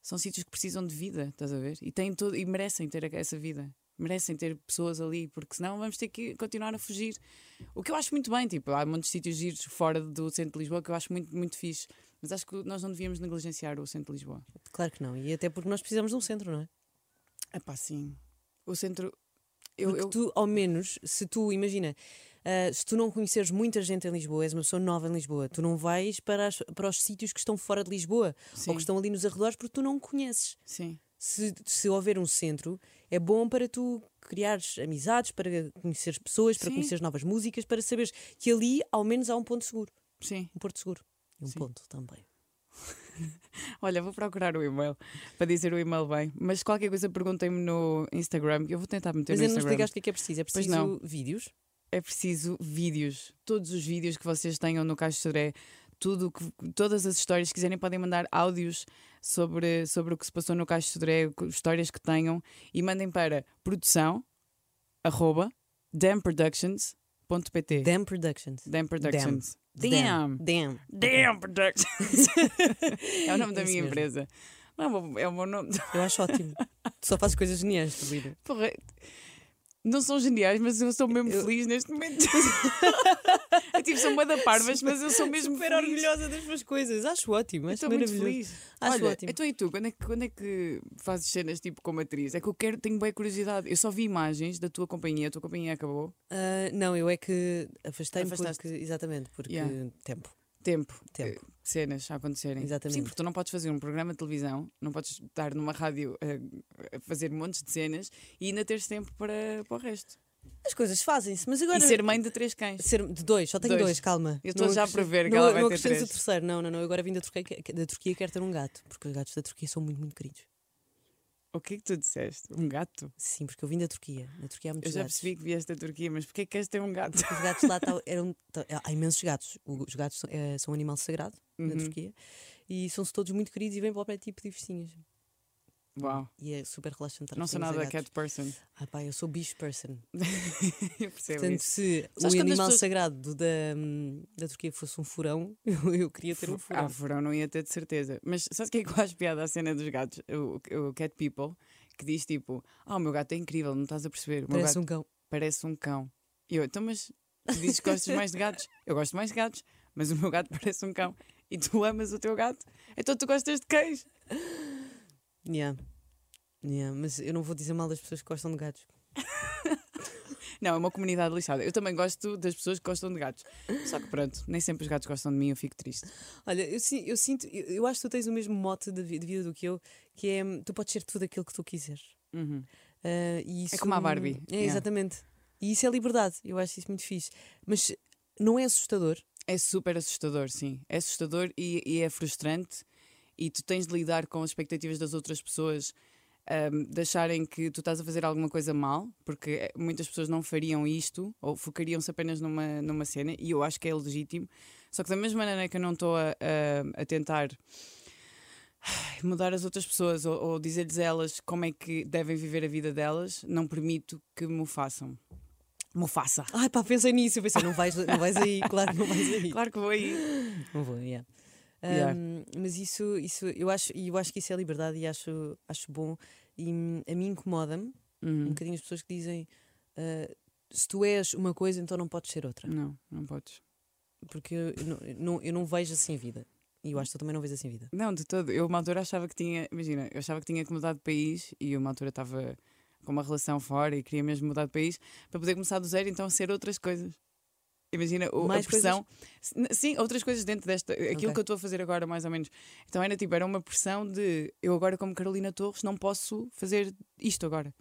S2: são sítios que precisam de vida, estás a ver? E, têm todo, e merecem ter essa vida. Merecem ter pessoas ali, porque senão vamos ter que continuar a fugir. O que eu acho muito bem, tipo, há muitos sítios giros fora do centro de Lisboa que eu acho muito, muito fixe. Mas acho que nós não devíamos negligenciar o centro de Lisboa.
S1: Claro que não. E até porque nós precisamos de um centro, não é?
S2: É pá, sim. O centro. Eu,
S1: Porque
S2: eu-
S1: tu, ao menos, se tu, imagina, ah, se tu não conheceres muita gente em Lisboa, és uma pessoa nova em Lisboa, tu não vais para, as- para os sítios que estão fora de Lisboa
S2: Sim.
S1: ou que estão ali nos arredores porque tu não conheces.
S2: Sim.
S1: se, se houver um centro, é bom para tu criares amizades, para conheceres pessoas, para
S2: Sim.
S1: conheceres novas músicas, para saberes que ali ao menos há um ponto seguro,
S2: Sim.
S1: um porto seguro. E um
S2: Sim.
S1: ponto também.
S2: Olha, vou procurar o e-mail para dizer o e-mail bem. Mas qualquer coisa perguntem-me no Instagram. que Eu vou tentar meter
S1: Mas
S2: no
S1: ainda não
S2: Instagram.
S1: explicaste o que é que é preciso. É preciso
S2: não.
S1: vídeos.
S2: é preciso vídeos. Todos os vídeos que vocês tenham no Caixo Soré, tudo o que, todas as histórias que quiserem podem mandar áudios sobre, sobre o que se passou no Caixo Soré, co- histórias que tenham e mandem para produção arroba damproductions.pt
S1: Damn Productions.
S2: Dam Productions.
S1: Damn. Damn.
S2: Damn Productions. é o nome da
S1: Isso
S2: minha
S1: mesmo.
S2: empresa. Não, é o meu- é o meu nome.
S1: Eu acho ótimo. tu só fazes coisas geniais, Carolina.
S2: Porra, não são geniais, mas eu sou mesmo feliz neste momento. eu tive são bué da parvas, mas eu sou mesmo
S1: Super
S2: feliz.
S1: orgulhosa das tuas coisas. Acho ótimo.
S2: Eu
S1: Acho
S2: Estou muito
S1: maravilhoso.
S2: feliz.
S1: Acho
S2: Olha,
S1: ótimo.
S2: Então e tu, quando é, que, quando é que fazes cenas tipo como atriz? É que eu quero, tenho bem curiosidade. Eu só vi imagens da tua companhia, a tua companhia acabou.
S1: Ah, não, eu é que afastei-me
S2: Afastaste.
S1: porque. Exatamente, porque
S2: Yeah.
S1: tempo.
S2: Tempo.
S1: Tempo.
S2: Eh, Cenas a acontecerem.
S1: Exatamente.
S2: Sim, porque tu não podes fazer um programa de televisão, não podes estar numa rádio eh, a fazer montes de cenas e ainda teres tempo para, para o resto.
S1: As coisas fazem-se, mas agora.
S2: E ser mãe de três cães.
S1: Ser de dois, só tenho dois,
S2: Dois.
S1: calma.
S2: Eu estou
S1: Não
S2: já a
S1: acres-
S2: prever que
S1: não-
S2: ela vai
S1: não
S2: ter
S1: acrescentes o
S2: três.
S1: terceiro, não, não, não. eu Agora vim da Turquia, da Turquia e quero ter um gato, porque os gatos da Turquia são muito, muito queridos.
S2: O que é que tu disseste? Um gato?
S1: Sim, porque eu vim da Turquia. Na Turquia há
S2: Eu
S1: muitos
S2: já
S1: gatos.
S2: percebi que vieste da Turquia, mas porquê que queres ter um gato?
S1: Porque os gatos lá tal- eram. tal- Há imensos gatos. O- Os gatos são, é, são um animal sagrado
S2: Uhum.
S1: na Turquia e são-se todos muito queridos e vêm para o pé tipo de festinhas.
S2: Uau.
S1: E é super relaxante. estar
S2: Não sou
S1: festinhas a
S2: nada
S1: gatos.
S2: cat person.
S1: Ah, pá, eu sou bicho person.
S2: Eu percebo
S1: Portanto,
S2: isso.
S1: se o
S2: Sabes quando as
S1: animal
S2: pessoas-
S1: sagrado do- da, hum, da Turquia fosse um furão, eu, eu queria ter um furão.
S2: Ah, furão não ia ter de certeza. Mas sabes o que é que eu acho piada à cena dos gatos? O, o Cat People, que diz tipo: Ah, o meu gato é incrível, não estás a perceber. O meu
S1: Parece
S2: gato
S1: um cão.
S2: parece um cão. E eu, então, mas tu dizes que gostas mais de gatos? Eu gosto mais de gatos, mas o meu gato parece um cão. E tu amas o teu gato? Então tu gostas de cães?
S1: Yeah. Yeah, mas eu não vou dizer mal das pessoas que gostam de gatos.
S2: Não, é uma comunidade lixada. Eu também gosto das pessoas que gostam de gatos. Só que pronto, nem sempre os gatos gostam de mim, eu fico triste.
S1: Olha, eu, si- eu sinto, eu, eu acho que tu tens o mesmo mote de, vi- de vida do que eu, que é hum, tu podes ser tudo aquilo que tu quiseres.
S2: Uhum.
S1: Ah, e isso,
S2: como a Barbie,
S1: É,
S2: yeah.
S1: exatamente. E isso é liberdade. Eu acho isso muito fixe. Mas não é assustador.
S2: É super assustador, sim. É assustador e, e é frustrante. E tu tens de lidar com as expectativas das outras pessoas ahm, de acharem que tu estás a fazer alguma coisa mal, porque eh, muitas pessoas não fariam isto ou focariam-se apenas numa, numa cena, e eu acho que é legítimo. Só que da mesma maneira que eu não estou a, a- a tentar ai, mudar as outras pessoas ou, ou dizer-lhes a elas como é que devem viver a vida delas, não permito que me o façam. Me o faça.
S1: Ai pá, pensei nisso. Eu pensei, não vais, não vais aí, claro, não vais aí.
S2: Claro que vou aí.
S1: Não vou, yeah.
S2: Yeah.
S1: Um, mas isso, isso eu, acho, eu acho que isso é liberdade e acho, acho bom. E hum, a mim incomoda-me um
S2: Uhum.
S1: bocadinho as pessoas que dizem ah, se tu és uma coisa, então não podes ser outra.
S2: Não, não podes.
S1: Porque eu não, eu não, eu não vejo assim a vida. E eu acho que tu também não vês assim a vida.
S2: Não, de todo. Eu, uma altura, achava que tinha. Imagina, eu achava que tinha que mudar de país e uma altura estava com uma relação fora e queria mesmo mudar de país para poder começar do zero e então ser outras coisas. Imagina o-
S1: Mais
S2: a pressão. S- Sim, outras coisas dentro desta. Aquilo
S1: Ok.
S2: que eu estou a fazer agora, mais ou menos. Então era tipo, era uma pressão de eu agora, como Carolina Torres, não posso fazer isto agora.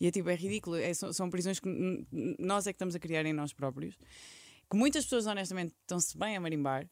S2: E é tipo, é ridículo. É, são, são prisões que n- n- nós é que estamos a criar em nós próprios. Que muitas pessoas, honestamente, estão-se bem a marimbar.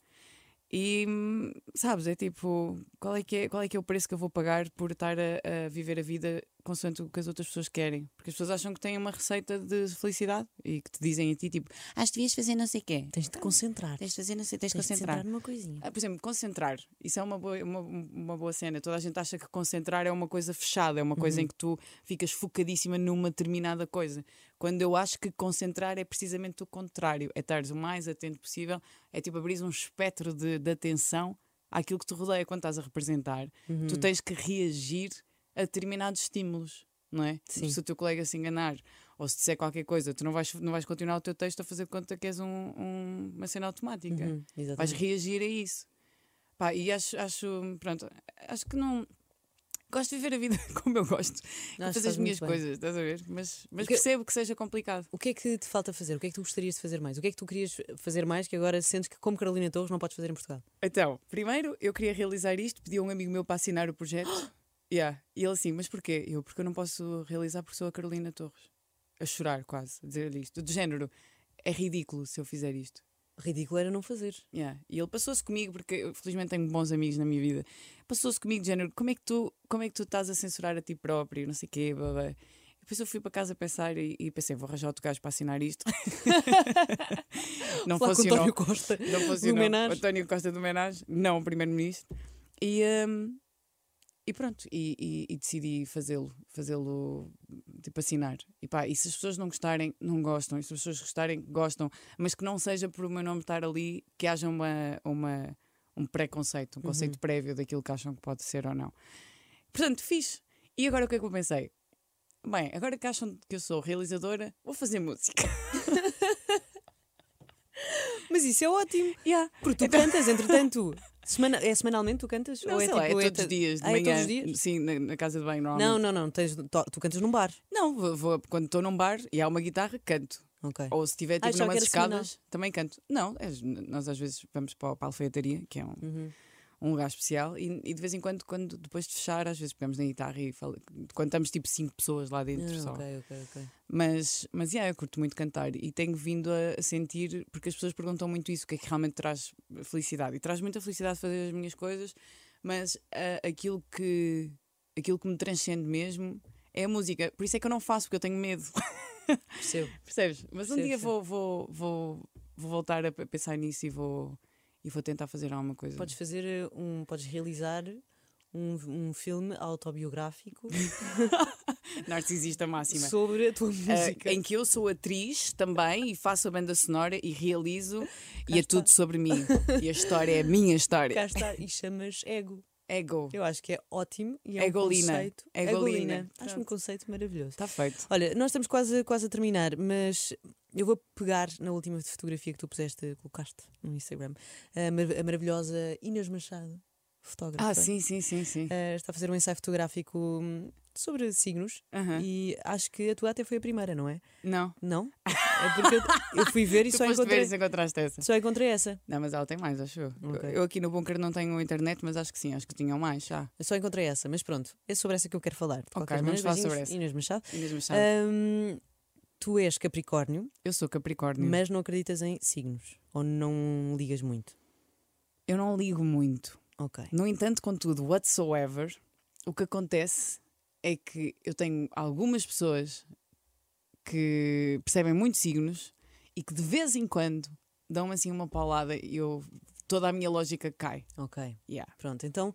S2: E hum, sabes, é tipo, qual é, que é, qual é que é o preço que eu vou pagar por estar a, a viver a vida consoante o que as outras pessoas querem? Porque as pessoas acham que têm uma receita de felicidade e que te dizem a ti, tipo, ah, tu devias fazer não sei o quê,
S1: Tens de concentrar.
S2: tens de fazer não sei, tens de
S1: Tens de
S2: concentrar.
S1: concentrar numa coisinha.
S2: Ah, por exemplo, concentrar. Isso é uma boa, uma, uma boa cena. Toda a gente acha que concentrar é uma coisa fechada, é uma coisa em que tu ficas focadíssima numa determinada coisa. Quando eu acho que concentrar é precisamente o contrário. É estares o mais atento possível, é tipo abrir um espectro de, de atenção àquilo que te rodeia quando estás a representar. Tu tens que reagir a determinados estímulos. Não é?
S1: Sim.
S2: Se o teu colega se enganar ou se disser qualquer coisa, tu não vais, não vais continuar o teu texto a fazer de conta que és um- um- uma cena automática.
S1: Uhum,
S2: Vais
S1: exatamente.
S2: reagir a isso. Pá, e acho, acho, pronto, acho que não. Gosto de viver a vida como eu gosto,
S1: Acho que
S2: fazer
S1: faz
S2: as minhas
S1: muito bem.
S2: coisas, estás a ver? Mas, mas
S1: Porque-
S2: percebo que seja complicado.
S1: O que é que te falta fazer? O que é que tu gostarias de fazer mais? O que é que tu querias fazer mais que agora sentes que, como Carolina Torres, não podes fazer em Portugal?
S2: Então, primeiro eu queria realizar isto, pedi a um amigo meu para assinar o projeto. yeah. E ele assim, mas porquê? Eu, porque eu não posso realizar porque sou a Carolina Torres. A chorar quase, a dizer-lhe isto. Do género, é ridículo se eu fizer isto.
S1: Ridículo era não fazer.
S2: Yeah. E ele passou-se comigo, porque eu, felizmente tenho bons amigos na minha vida. Passou-se comigo, de género, como é que tu, como é que tu estás a censurar a ti próprio? Não sei o quê, blá, blá. E depois eu fui para casa pensar e, e pensei, vou arranjar outro gajo para assinar isto. não
S1: Falar com o
S2: funcionou.
S1: António Costa.
S2: Não funcionou.
S1: Menage.
S2: António Costa do Menage, não o primeiro-ministro. E, hum, e pronto, e, e- e decidi fazê-lo, fazê-lo tipo assinar. E pá, e se as pessoas não gostarem, não gostam. E se as pessoas gostarem, gostam. Mas que não seja por o meu nome estar ali que haja uma, uma, um preconceito, um conceito prévio daquilo que acham que pode ser ou não. Portanto, fiz. E agora o que é que eu pensei? Bem, agora que acham que eu sou realizadora, vou fazer música.
S1: Mas isso é ótimo.
S2: Yeah.
S1: Porque tu cantas, entretanto. Semana, é semanalmente tu cantas?
S2: Não,
S1: Ou é
S2: sei lá, é
S1: tipo,
S2: todos os
S1: ta-
S2: dias de
S1: Ah, é
S2: manhã.
S1: todos os dias?
S2: Sim, na, na casa de banho
S1: Não,
S2: normalmente.
S1: não, não. Tens, to- tu cantas num bar.
S2: Não, vou, vou- quando estou num bar e há uma guitarra, canto.
S1: Ok.
S2: Ou se tiver
S1: Ah,
S2: tipo
S1: achava
S2: numas
S1: que era seminal.
S2: escadas, também canto. Não, é- nós às vezes vamos para, o- para a alfaiataria, que é um,
S1: Uhum.
S2: um lugar especial, e, e de vez em quando, quando, depois de fechar, às vezes pegamos na guitarra e fala, quando estamos tipo cinco pessoas lá dentro
S1: Ah,
S2: só.
S1: ok, ok, ok.
S2: Mas, mas yeah, eu curto muito cantar e tenho vindo a a sentir, porque as pessoas perguntam muito isso, o que é que realmente traz felicidade. E traz muita felicidade fazer as minhas coisas, mas ah, aquilo, que, aquilo que me transcende mesmo é a música. Por isso é que eu não faço, porque eu tenho medo.
S1: Percebo.
S2: Percebes? Mas um
S1: Percebo,
S2: dia
S1: sim.
S2: vou, vou, vou, vou voltar a p- pensar nisso e vou, e vou tentar fazer alguma coisa.
S1: Podes fazer eh, um. Podes realizar um, um filme autobiográfico
S2: Narcisista máxima.
S1: sobre a tua
S2: Ah,
S1: música.
S2: em que eu sou atriz também e faço a banda sonora e realizo e é tudo sobre mim. E a história é a minha
S1: Cá
S2: história.
S1: está, e chamas ego.
S2: Ego.
S1: Eu acho que é ótimo e é
S2: Egolina.
S1: um conceito.
S2: Egolina.
S1: Acho um conceito maravilhoso.
S2: Está feito.
S1: Olha, nós estamos quase, quase a terminar, mas eu vou pegar na última fotografia que tu puseste, colocaste no Instagram, a, mar- a maravilhosa Inês Machado, fotógrafa.
S2: Ah, sim, sim, sim, sim.
S1: Ah, está a fazer um ensaio fotográfico hum, sobre signos
S2: Aham.
S1: e acho que a tua até foi a primeira, não é?
S2: Não.
S1: Não? É porque eu, eu fui ver e
S2: Tu
S1: só
S2: foste ver
S1: encontrei,
S2: e encontraste essa.
S1: só encontrei essa.
S2: Não, mas ela tem mais, acho eu.
S1: Ok.
S2: Eu aqui no bunker não tenho internet, mas acho que sim, acho que tinham mais já.
S1: Eu só encontrei essa, mas pronto, é sobre essa que eu quero falar. De qualquer maneira,
S2: vamos falar sobre
S1: beijinhos,
S2: essa.
S1: Inês Machado.
S2: Inês Machado.
S1: Hum, tu és Capricórnio,
S2: assim, eu sou Capricórnio.
S1: mas não acreditas em signos. Ou não ligas muito.
S2: Eu não ligo muito.
S1: Ok.
S2: No entanto, contudo, whatsoever, o que acontece é que eu tenho algumas pessoas que percebem muitos signos e que de vez em quando dão-me assim uma paulada e eu toda a minha lógica cai.
S1: Ok.
S2: Yeah.
S1: Pronto, então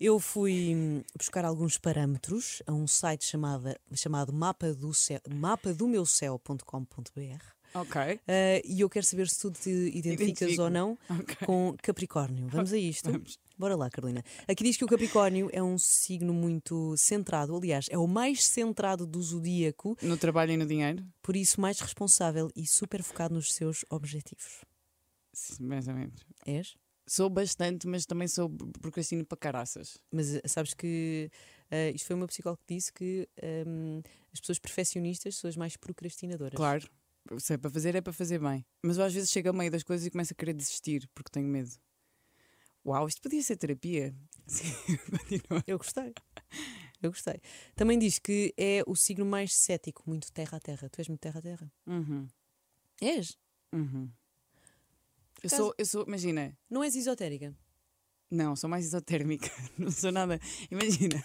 S1: eu fui hum, buscar alguns parâmetros a um site chamada, chamado mapa do, céu, mapa do meu céu.com.br
S2: Ok.
S1: Ah, e eu quero saber se tu te identificas
S2: Identifico.
S1: ou não
S2: Ok.
S1: com Capricórnio. Vamos a isto?
S2: Vamos.
S1: Bora lá, Carolina. Aqui diz que o Capricórnio é um signo muito centrado, aliás, é o mais centrado do zodíaco,
S2: No trabalho e no dinheiro?
S1: por isso mais responsável e super focado nos seus objetivos.
S2: Sim, mais ou menos.
S1: És?
S2: Sou bastante, mas também sou procrastino para caraças.
S1: Mas ah, sabes que ah, isto foi uma psicóloga que disse que ahm, as pessoas perfeccionistas são as mais procrastinadoras.
S2: Claro. Se é para fazer, é para fazer bem. Mas eu às vezes chego a meio das coisas e começo a querer desistir porque tenho medo. Uau, isto podia ser terapia. Sim, continua.
S1: Eu gostei. Eu gostei. Também diz que é o signo mais cético, muito terra a terra. Tu és muito terra a terra?
S2: Uhum,
S1: És?
S2: uhum. Eu
S1: acaso-
S2: sou, eu sou, imagina,
S1: Não és esotérica?
S2: não, sou mais isotérmica, não sou nada. Imagina,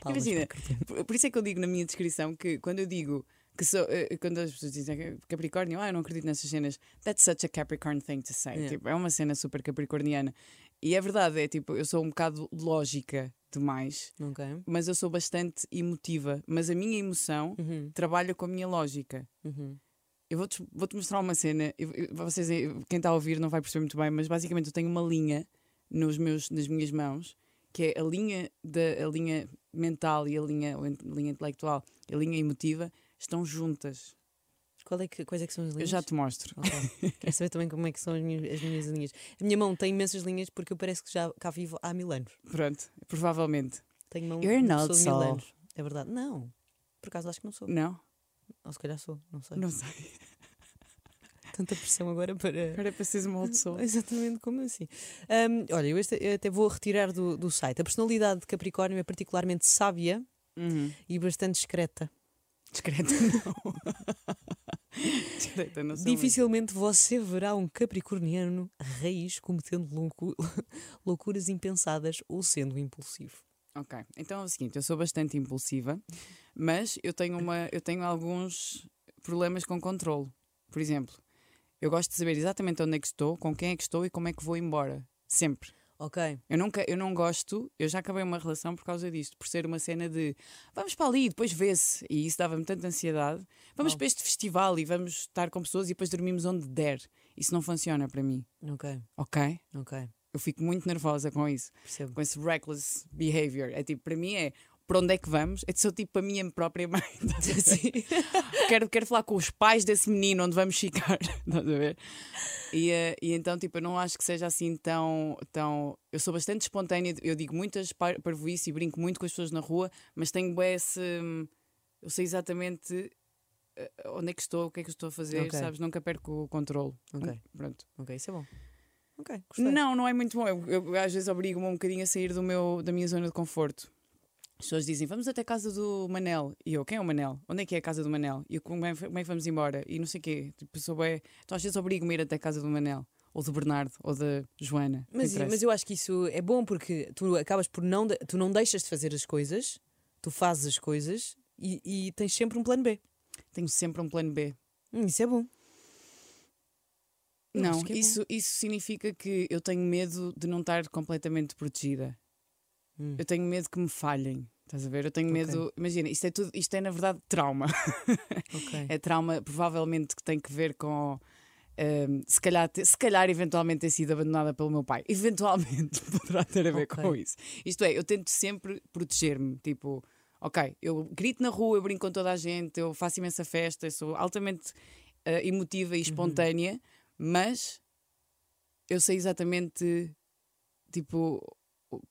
S1: Palmas
S2: Imagina.
S1: para Carolina.
S2: por, por isso é que eu digo na minha descrição que quando eu digo que sou, eh, quando as pessoas dizem que Capricórnio, ah, eu não acredito nessas cenas, that's such a Capricorn thing to say.
S1: Yeah.
S2: Tipo, é uma cena super capricorniana. E é verdade, é tipo, eu sou um bocado lógica demais.
S1: Ok.
S2: mas eu sou bastante emotiva. Mas a minha emoção
S1: Uhum,
S2: trabalha com a minha lógica.
S1: uhum.
S2: Eu vou-te vou-te mostrar uma cena. Eu- eu- vocês, eu- quem está a ouvir não vai perceber muito bem, mas basicamente eu tenho uma linha nos meus, nas minhas mãos, que é a linha, da, a linha mental e a linha, a linha intelectual, a linha emotiva, estão juntas.
S1: Qual é que, quais é que são as
S2: Eu
S1: linhas?
S2: já te mostro.
S1: Ok. Quero saber também como é que são as minhas, as minhas linhas. A minha mão tem imensas linhas porque eu parece que já cá vivo há mil anos.
S2: Pronto, provavelmente.
S1: Tenho mão
S2: You're
S1: de
S2: not
S1: pessoa de mil
S2: so.
S1: anos. É verdade? Não. Por acaso acho que não sou.
S2: Não?
S1: Ou se calhar sou, não sei.
S2: Não sei.
S1: Tanta pressão agora para.
S2: Era para seres uma outra pessoa.
S1: Exatamente como assim. Hum, olha, eu, este- eu até vou retirar do, do site. A personalidade de Capricórnio é particularmente sábia
S2: Uhum.
S1: e bastante discreta.
S2: Discreta, não. Discreta, não sou muito.
S1: Dificilmente você verá um capricorniano raiz cometendo loucu- loucuras impensadas ou sendo impulsivo.
S2: Ok, então é o seguinte, eu sou bastante impulsiva, mas eu tenho, uma, eu tenho alguns problemas com controle. Por exemplo, eu gosto de saber exatamente onde é que estou, com quem é que estou e como é que vou embora. Sempre.
S1: Ok.
S2: Eu, nunca, eu não gosto, eu já acabei uma relação por causa disto, por ser uma cena de vamos para ali, depois vê-se, e isso dava-me tanta ansiedade. Vamos
S1: Uau.
S2: para este festival e vamos estar com pessoas e depois dormimos onde der. Isso não funciona para mim,
S1: Ok,
S2: ok?
S1: ok.
S2: Eu fico muito nervosa com isso
S1: Percebo.
S2: com esse reckless behavior. É tipo, para mim é para onde é que vamos? É de sou tipo a minha própria mãe. Estás a ver? quero, quero falar com os pais desse menino onde vamos ficar. Estás a ver? E, eh, e então, tipo, eu não acho que seja assim tão. tão... Eu sou bastante espontânea, eu digo muitas par- parvoíces e brinco muito com as pessoas na rua, mas tenho bué esse. hum, Eu sei exatamente eh, onde é que estou, o que é que eu estou a fazer,
S1: Ok.
S2: sabes? Nunca perco o controle.
S1: Ok.
S2: Pronto.
S1: Ok, isso é bom. Ok, gostei.
S2: Não, não é muito bom. Eu, eu às vezes obrigo-me um bocadinho a sair do meu, da minha zona de conforto. As pessoas dizem, vamos até a casa do Manel. E eu, quem é o Manel? Onde é que é a casa do Manel? E eu, como é, como é que vamos embora? E não sei o quê. Tipo, sou bem... Então às vezes obrigo-me a ir até a casa do Manel. Ou do Bernardo, ou da Joana. não
S1: Mas,
S2: interessa.
S1: mas eu acho que isso é bom porque tu acabas por não. de- Tu não deixas de fazer as coisas, tu fazes as coisas e, e tens sempre um plano B.
S2: Tenho sempre um plano B.
S1: Hum, isso é bom. Eu
S2: Não,
S1: acho que é bom.
S2: isso, isso significa que eu tenho medo de não estar completamente protegida.
S1: Hum.
S2: Eu tenho medo que me falhem. Estás a ver? Eu tenho
S1: Ok.
S2: medo. Imagina, isto é tudo, isto é na verdade trauma.
S1: Ok.
S2: é trauma provavelmente que tem que ver com ehm, se, calhar, ter- se calhar eventualmente ter sido abandonada pelo meu pai. Eventualmente poderá ter a ver
S1: Ok.
S2: com isso. Isto é, eu tento sempre proteger-me, tipo. Ok, eu grito na rua, eu brinco com toda a gente, eu faço imensa festa, eu sou altamente eh, emotiva
S1: Uhum.
S2: e espontânea, mas eu sei exatamente, tipo,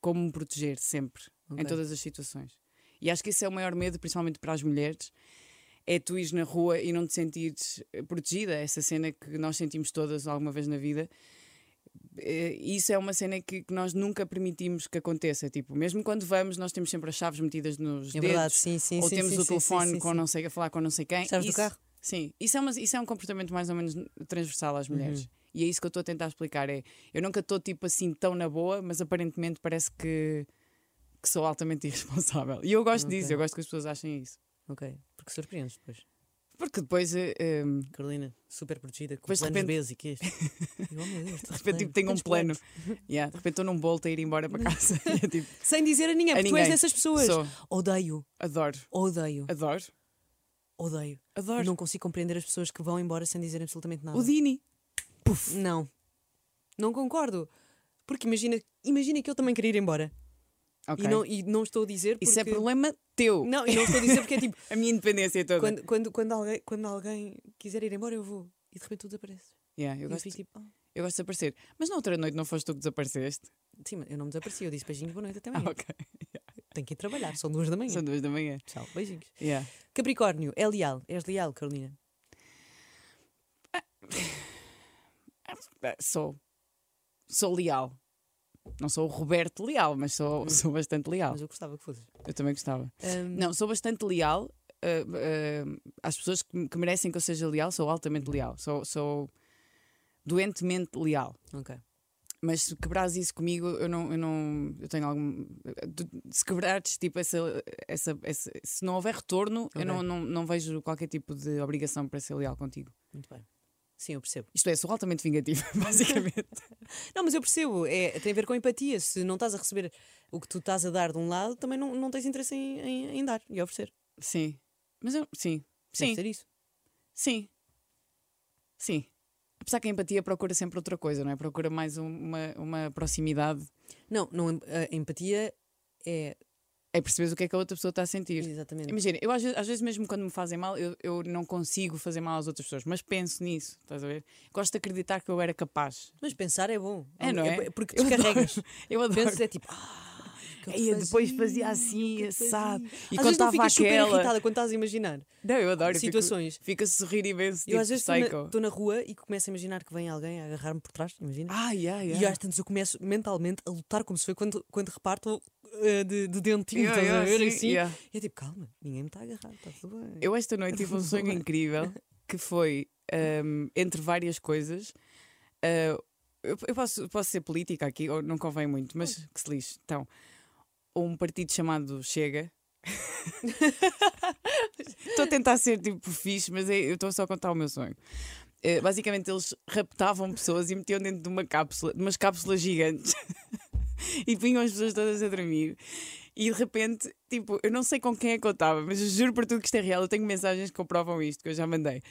S2: como me proteger sempre.
S1: Ok.
S2: em todas as situações. E acho que esse é o maior medo, principalmente para as mulheres, é tu ires na rua e não te sentires eh, protegida, essa cena que nós sentimos todas alguma vez na vida. Eh, Isso é uma cena que, que nós nunca permitimos que aconteça. Tipo, mesmo quando vamos, nós temos sempre as chaves metidas nos
S1: É
S2: dedos,
S1: verdade, sim, sim,
S2: ou
S1: sim,
S2: temos
S1: sim,
S2: o
S1: sim,
S2: telefone
S1: sim, sim,
S2: com não sei a falar com não sei quem.
S1: Chaves do
S2: Isso-
S1: carro.
S2: Sim, isso é, uma- isso é um comportamento mais ou menos transversal
S1: Uhum.
S2: às mulheres. E é isso que eu estou a tentar explicar. É, eu nunca estou tipo assim tão na boa, mas aparentemente parece que, que sou altamente irresponsável. E eu gosto disso,
S1: Ok.
S2: eu gosto que as pessoas achem isso.
S1: Ok, porque surpreendes depois.
S2: Porque depois, eh, eh,
S1: Carolina, super protegida, com
S2: Depois de
S1: planos
S2: repente-
S1: Bs e que este. Eu, oh, meu Deus,
S2: de repente tipo, tenho um plano. Yeah, de repente estou num bolto a ir embora para casa. E é tipo,
S1: Sem dizer a ninguém,
S2: A
S1: porque tu és
S2: ninguém.
S1: dessas pessoas.
S2: Sou.
S1: Odeio,
S2: adoro,
S1: odeio,
S2: adoro,
S1: odeio.
S2: adoro.
S1: Não consigo compreender as pessoas que vão embora sem dizer absolutamente nada.
S2: O Dini.
S1: Não. Não concordo. Porque imagina, imagina que eu também queria ir embora.
S2: Ok.
S1: E, não, e não estou a dizer porque...
S2: Isso é problema teu.
S1: Não, e não estou a dizer porque é tipo...
S2: A minha independência é toda.
S1: quando, quando, quando, alguém, quando alguém quiser ir embora, eu vou. E de repente tu desapareces.
S2: Yeah, eu,
S1: E eu
S2: gosto,
S1: fico tipo... ah,
S2: eu gosto de aparecer. Mas na outra noite não foste tu que desapareceste?
S1: Sim, mas eu não me desapareci. Eu disse beijinhos, boa noite, até
S2: Ah,
S1: amanhã.
S2: ok.
S1: Tenho que ir trabalhar, são duas da manhã.
S2: São duas da manhã.
S1: Tchau, beijinhos.
S2: Yeah.
S1: Capricórnio, é leal. És leal, Carolina.
S2: Bem, Sou. Sou leal. Não sou o Roberto leal, mas sou, sou bastante leal.
S1: Mas eu gostava que fosses.
S2: Eu também gostava.
S1: Ahm,
S2: Não, sou bastante leal ah, ah, às pessoas que, que merecem que eu seja leal, sou altamente leal. Sou, sou doentemente leal.
S1: Ok.
S2: Mas se quebrares isso comigo, eu não. Eu, não, eu tenho algum. Se quebrares, tipo, essa, essa, essa- se não houver retorno,
S1: Ok.
S2: eu não, não, não vejo qualquer tipo de obrigação para ser leal contigo.
S1: Muito bem. Sim, eu percebo.
S2: Isto é, sou altamente vingativa, basicamente.
S1: Não, mas eu percebo. É, tem a ver com empatia. Se não estás a receber o que tu estás a dar de um lado, também não, não tens interesse em, em- em dar e oferecer.
S2: Sim. Mas eu. Sim.
S1: Deve
S2: Sim.
S1: ser isso.
S2: Sim. Sim. Apesar que a empatia procura sempre outra coisa, não é? Procura mais um- uma, uma proximidade.
S1: Não, não, em- a empatia é.
S2: É perceberes o que é que a outra pessoa está a sentir.
S1: Exatamente.
S2: Imagina, eu às vezes, às vezes mesmo quando me fazem mal, eu, eu não consigo fazer mal às outras pessoas, mas penso nisso, estás a ver? Gosto de acreditar que eu era capaz.
S1: Mas pensar é bom.
S2: É, não é?
S1: Porque
S2: Eu adoro.
S1: descarregas.
S2: Eu adoro.
S1: Pensas é tipo. Ah, o que eu
S2: E eu depois fazia
S1: o que
S2: assim,
S1: eu
S2: assado.
S1: fazia?"
S2: E
S1: às vezes não
S2: contava
S1: ficas super
S2: aquela.
S1: irritada quando estás a imaginar
S2: Não, eu adoro. eu fico-
S1: situações.
S2: Fico a sorrir imenso.
S1: Eu
S2: tipo,
S1: às vezes
S2: psycho.
S1: estou na, rua e começo a imaginar que vem alguém a agarrar-me por trás, imagina.
S2: Ah, yeah,
S1: E
S2: yeah.
S1: às tantas eu começo mentalmente a lutar como se foi quando, quando reparto eh, de, de dentinho,
S2: Yeah,
S1: estás a
S2: yeah,
S1: ver?
S2: sim,
S1: assim.
S2: yeah.
S1: E é tipo, calma, ninguém me está a agarrar, está tudo bem.
S2: Eu esta noite tive um sonho incrível que foi ahm, entre várias coisas. ah, eu eu posso, posso ser política aqui, ou não convém muito, mas que se lixe. Então, um partido chamado Chega. Estou a tentar ser tipo fixe, mas é- eu estou só a contar o meu sonho. Eh, basicamente, eles raptavam pessoas e metiam dentro de uma cápsula, de umas cápsulas gigantes e vinham as pessoas todas a dormir. E de repente, tipo, eu não sei com quem é que eu estava, mas eu juro por tudo que isto é real. Eu tenho mensagens que comprovam isto, que eu já mandei.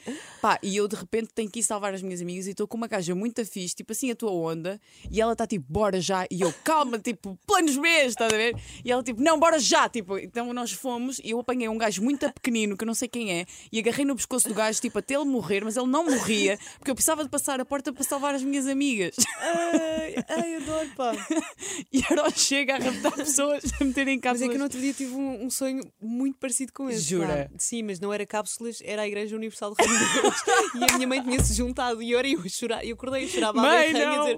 S2: Pá, e eu de repente tenho que ir salvar as minhas amigas e estou com uma caixa muito fixe, tipo assim, a tua onda. E ela está tipo, bora já. E eu, calma, tipo, planos B, estás a ver? E ela tipo, não, bora já. Tipo, então nós fomos e eu apanhei um gajo muito pequenino, que eu não sei quem é, e agarrei no pescoço do gajo, tipo, até ele morrer, mas ele não morria, porque eu precisava de passar a porta para salvar as minhas amigas.
S1: Ai, ai, adoro, pá.
S2: E agora chega a raptar pessoas a meterem em
S1: Mas
S2: casa.
S1: é que eu no outro dia tive um, um sonho muito parecido com esse.
S2: Jura?
S1: pá. Sim, mas não era cápsulas, era a Igreja Universal do Reino de Deus. e a minha mãe tinha-se juntado e eu era eu a chorar. Eu acordei e chorava
S2: Mãe,
S1: a berrar e a
S2: não!
S1: dizer: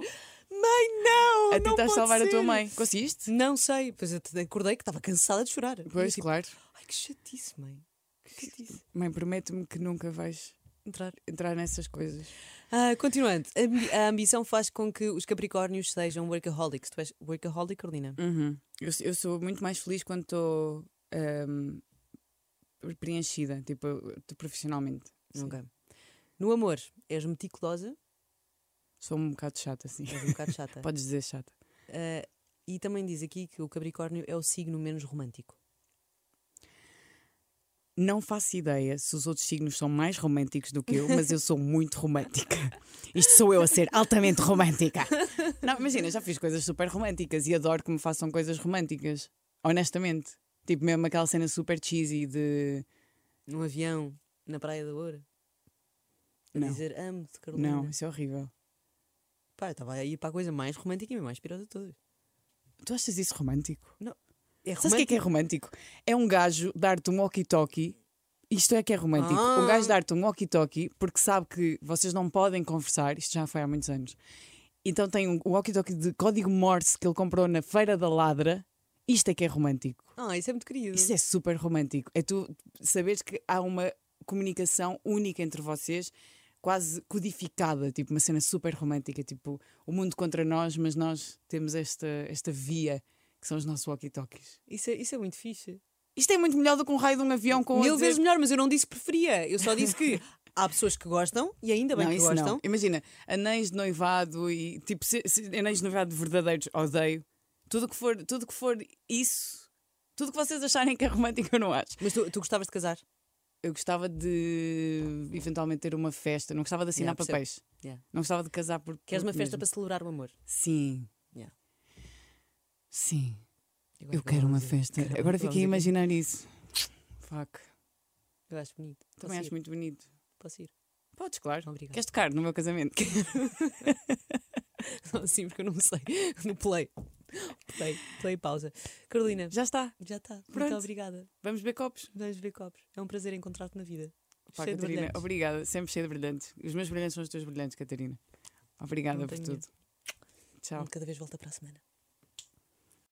S1: Mãe, não!
S2: a
S1: não
S2: tentar
S1: pode
S2: salvar a tua
S1: ser."
S2: mãe. Conseguiste?
S1: Não sei, pois eu te- acordei que estava cansada de chorar. E eu,
S2: Pois,
S1: tipo,
S2: claro.
S1: Ai, que chatice, mãe. Que chatice.
S2: Mãe, promete-me que nunca vais
S1: Entrar.
S2: entrar nessas coisas.
S1: Ah, continuando, a ambi- a ambição faz com que os Capricórnios sejam workaholics. Tu és workaholic, Carolina?
S2: Eu, eu sou muito mais feliz quando estou ahm, preenchida, tipo, de- profissionalmente. Sim.
S1: Ok. No amor, és meticulosa,
S2: Sou um bocado chata, assim.
S1: és um bocado chata.
S2: Podes dizer chata.
S1: Ah, e também diz aqui que o Capricórnio é o signo menos romântico.
S2: Não faço ideia se os outros signos são mais românticos do que eu, mas eu sou muito romântica. Isto sou eu a ser altamente romântica. Não, imagina, já fiz coisas super românticas e adoro que me façam coisas românticas. Honestamente. Tipo, mesmo aquela cena super cheesy de.
S1: Num avião, na Praia da Ouro, a
S2: Não,
S1: dizer amo-te, Carolina.
S2: não, isso é horrível.
S1: Pá, eu estava a ir para a coisa mais romântica e mais pirosa de todas.
S2: Tu achas isso romântico?
S1: É É
S2: Sabes o que é que é romântico? É um gajo dar-te um walkie-talkie. Isto é que é romântico.
S1: Ah.
S2: Um gajo dar-te um walkie-talkie porque sabe que vocês não podem conversar. Isto já foi há muitos anos. Então tem um walkie-talkie de código Morse que ele comprou na Feira da Ladra. Isto é que é romântico.
S1: Ah, isso é muito querido.
S2: Isso é super romântico. É tu saberes que há uma comunicação única entre vocês, quase codificada, tipo uma cena super romântica, tipo o mundo contra nós, mas nós temos esta, esta via que são os nossos walkie-talkies.
S1: Isso é, isso é muito fixe.
S2: Isto é muito melhor do que um raio de um avião com
S1: Mil
S2: a dizer-
S1: vezes melhor, mas eu não disse que preferia. Eu só disse que há pessoas que gostam e ainda bem
S2: Não,
S1: que
S2: isso
S1: gostam.
S2: não. Imagina, anéis de noivado e tipo se- se- anéis de noivado verdadeiros, odeio. Tudo que for, tudo que for isso, tudo que vocês acharem que é romântico, eu não acho.
S1: Mas tu, tu gostavas de casar?
S2: Eu gostava de eventualmente ter uma festa. Não gostava de assinar
S1: Yeah, percebo.
S2: papéis.
S1: Yeah.
S2: Não gostava de casar por.
S1: Queres
S2: por
S1: uma festa
S2: mesmo.
S1: para celebrar o amor?
S2: Sim.
S1: Yeah.
S2: Sim.
S1: gosto
S2: Eu
S1: da
S2: quero uma
S1: música.
S2: festa.
S1: Quero
S2: Agora
S1: muito
S2: fiquei a
S1: música.
S2: imaginar isso. Fuck.
S1: Eu acho bonito. Posso
S2: Também
S1: ir?
S2: acho muito bonito.
S1: Posso ir?
S2: Podes, claro.
S1: Obrigada.
S2: Queres tocar no meu casamento?
S1: Não, Sim, Assim, porque eu não sei. No play. Play, play pausa. Carolina,
S2: Já está.
S1: já está. Muito
S2: Pronto.
S1: obrigada.
S2: Vamos beber copos.
S1: Vamos ver copos. É um prazer encontrar-te na vida.
S2: Pá,
S1: Cheio de
S2: Catarina.
S1: brilhantes.
S2: Obrigada. Sempre cheia de brilhantes. Os meus brilhantes são os teus brilhantes, Catarina. Obrigada
S1: Não
S2: por
S1: tenho
S2: tudo. Tchau.
S1: Cada vez volta para a semana.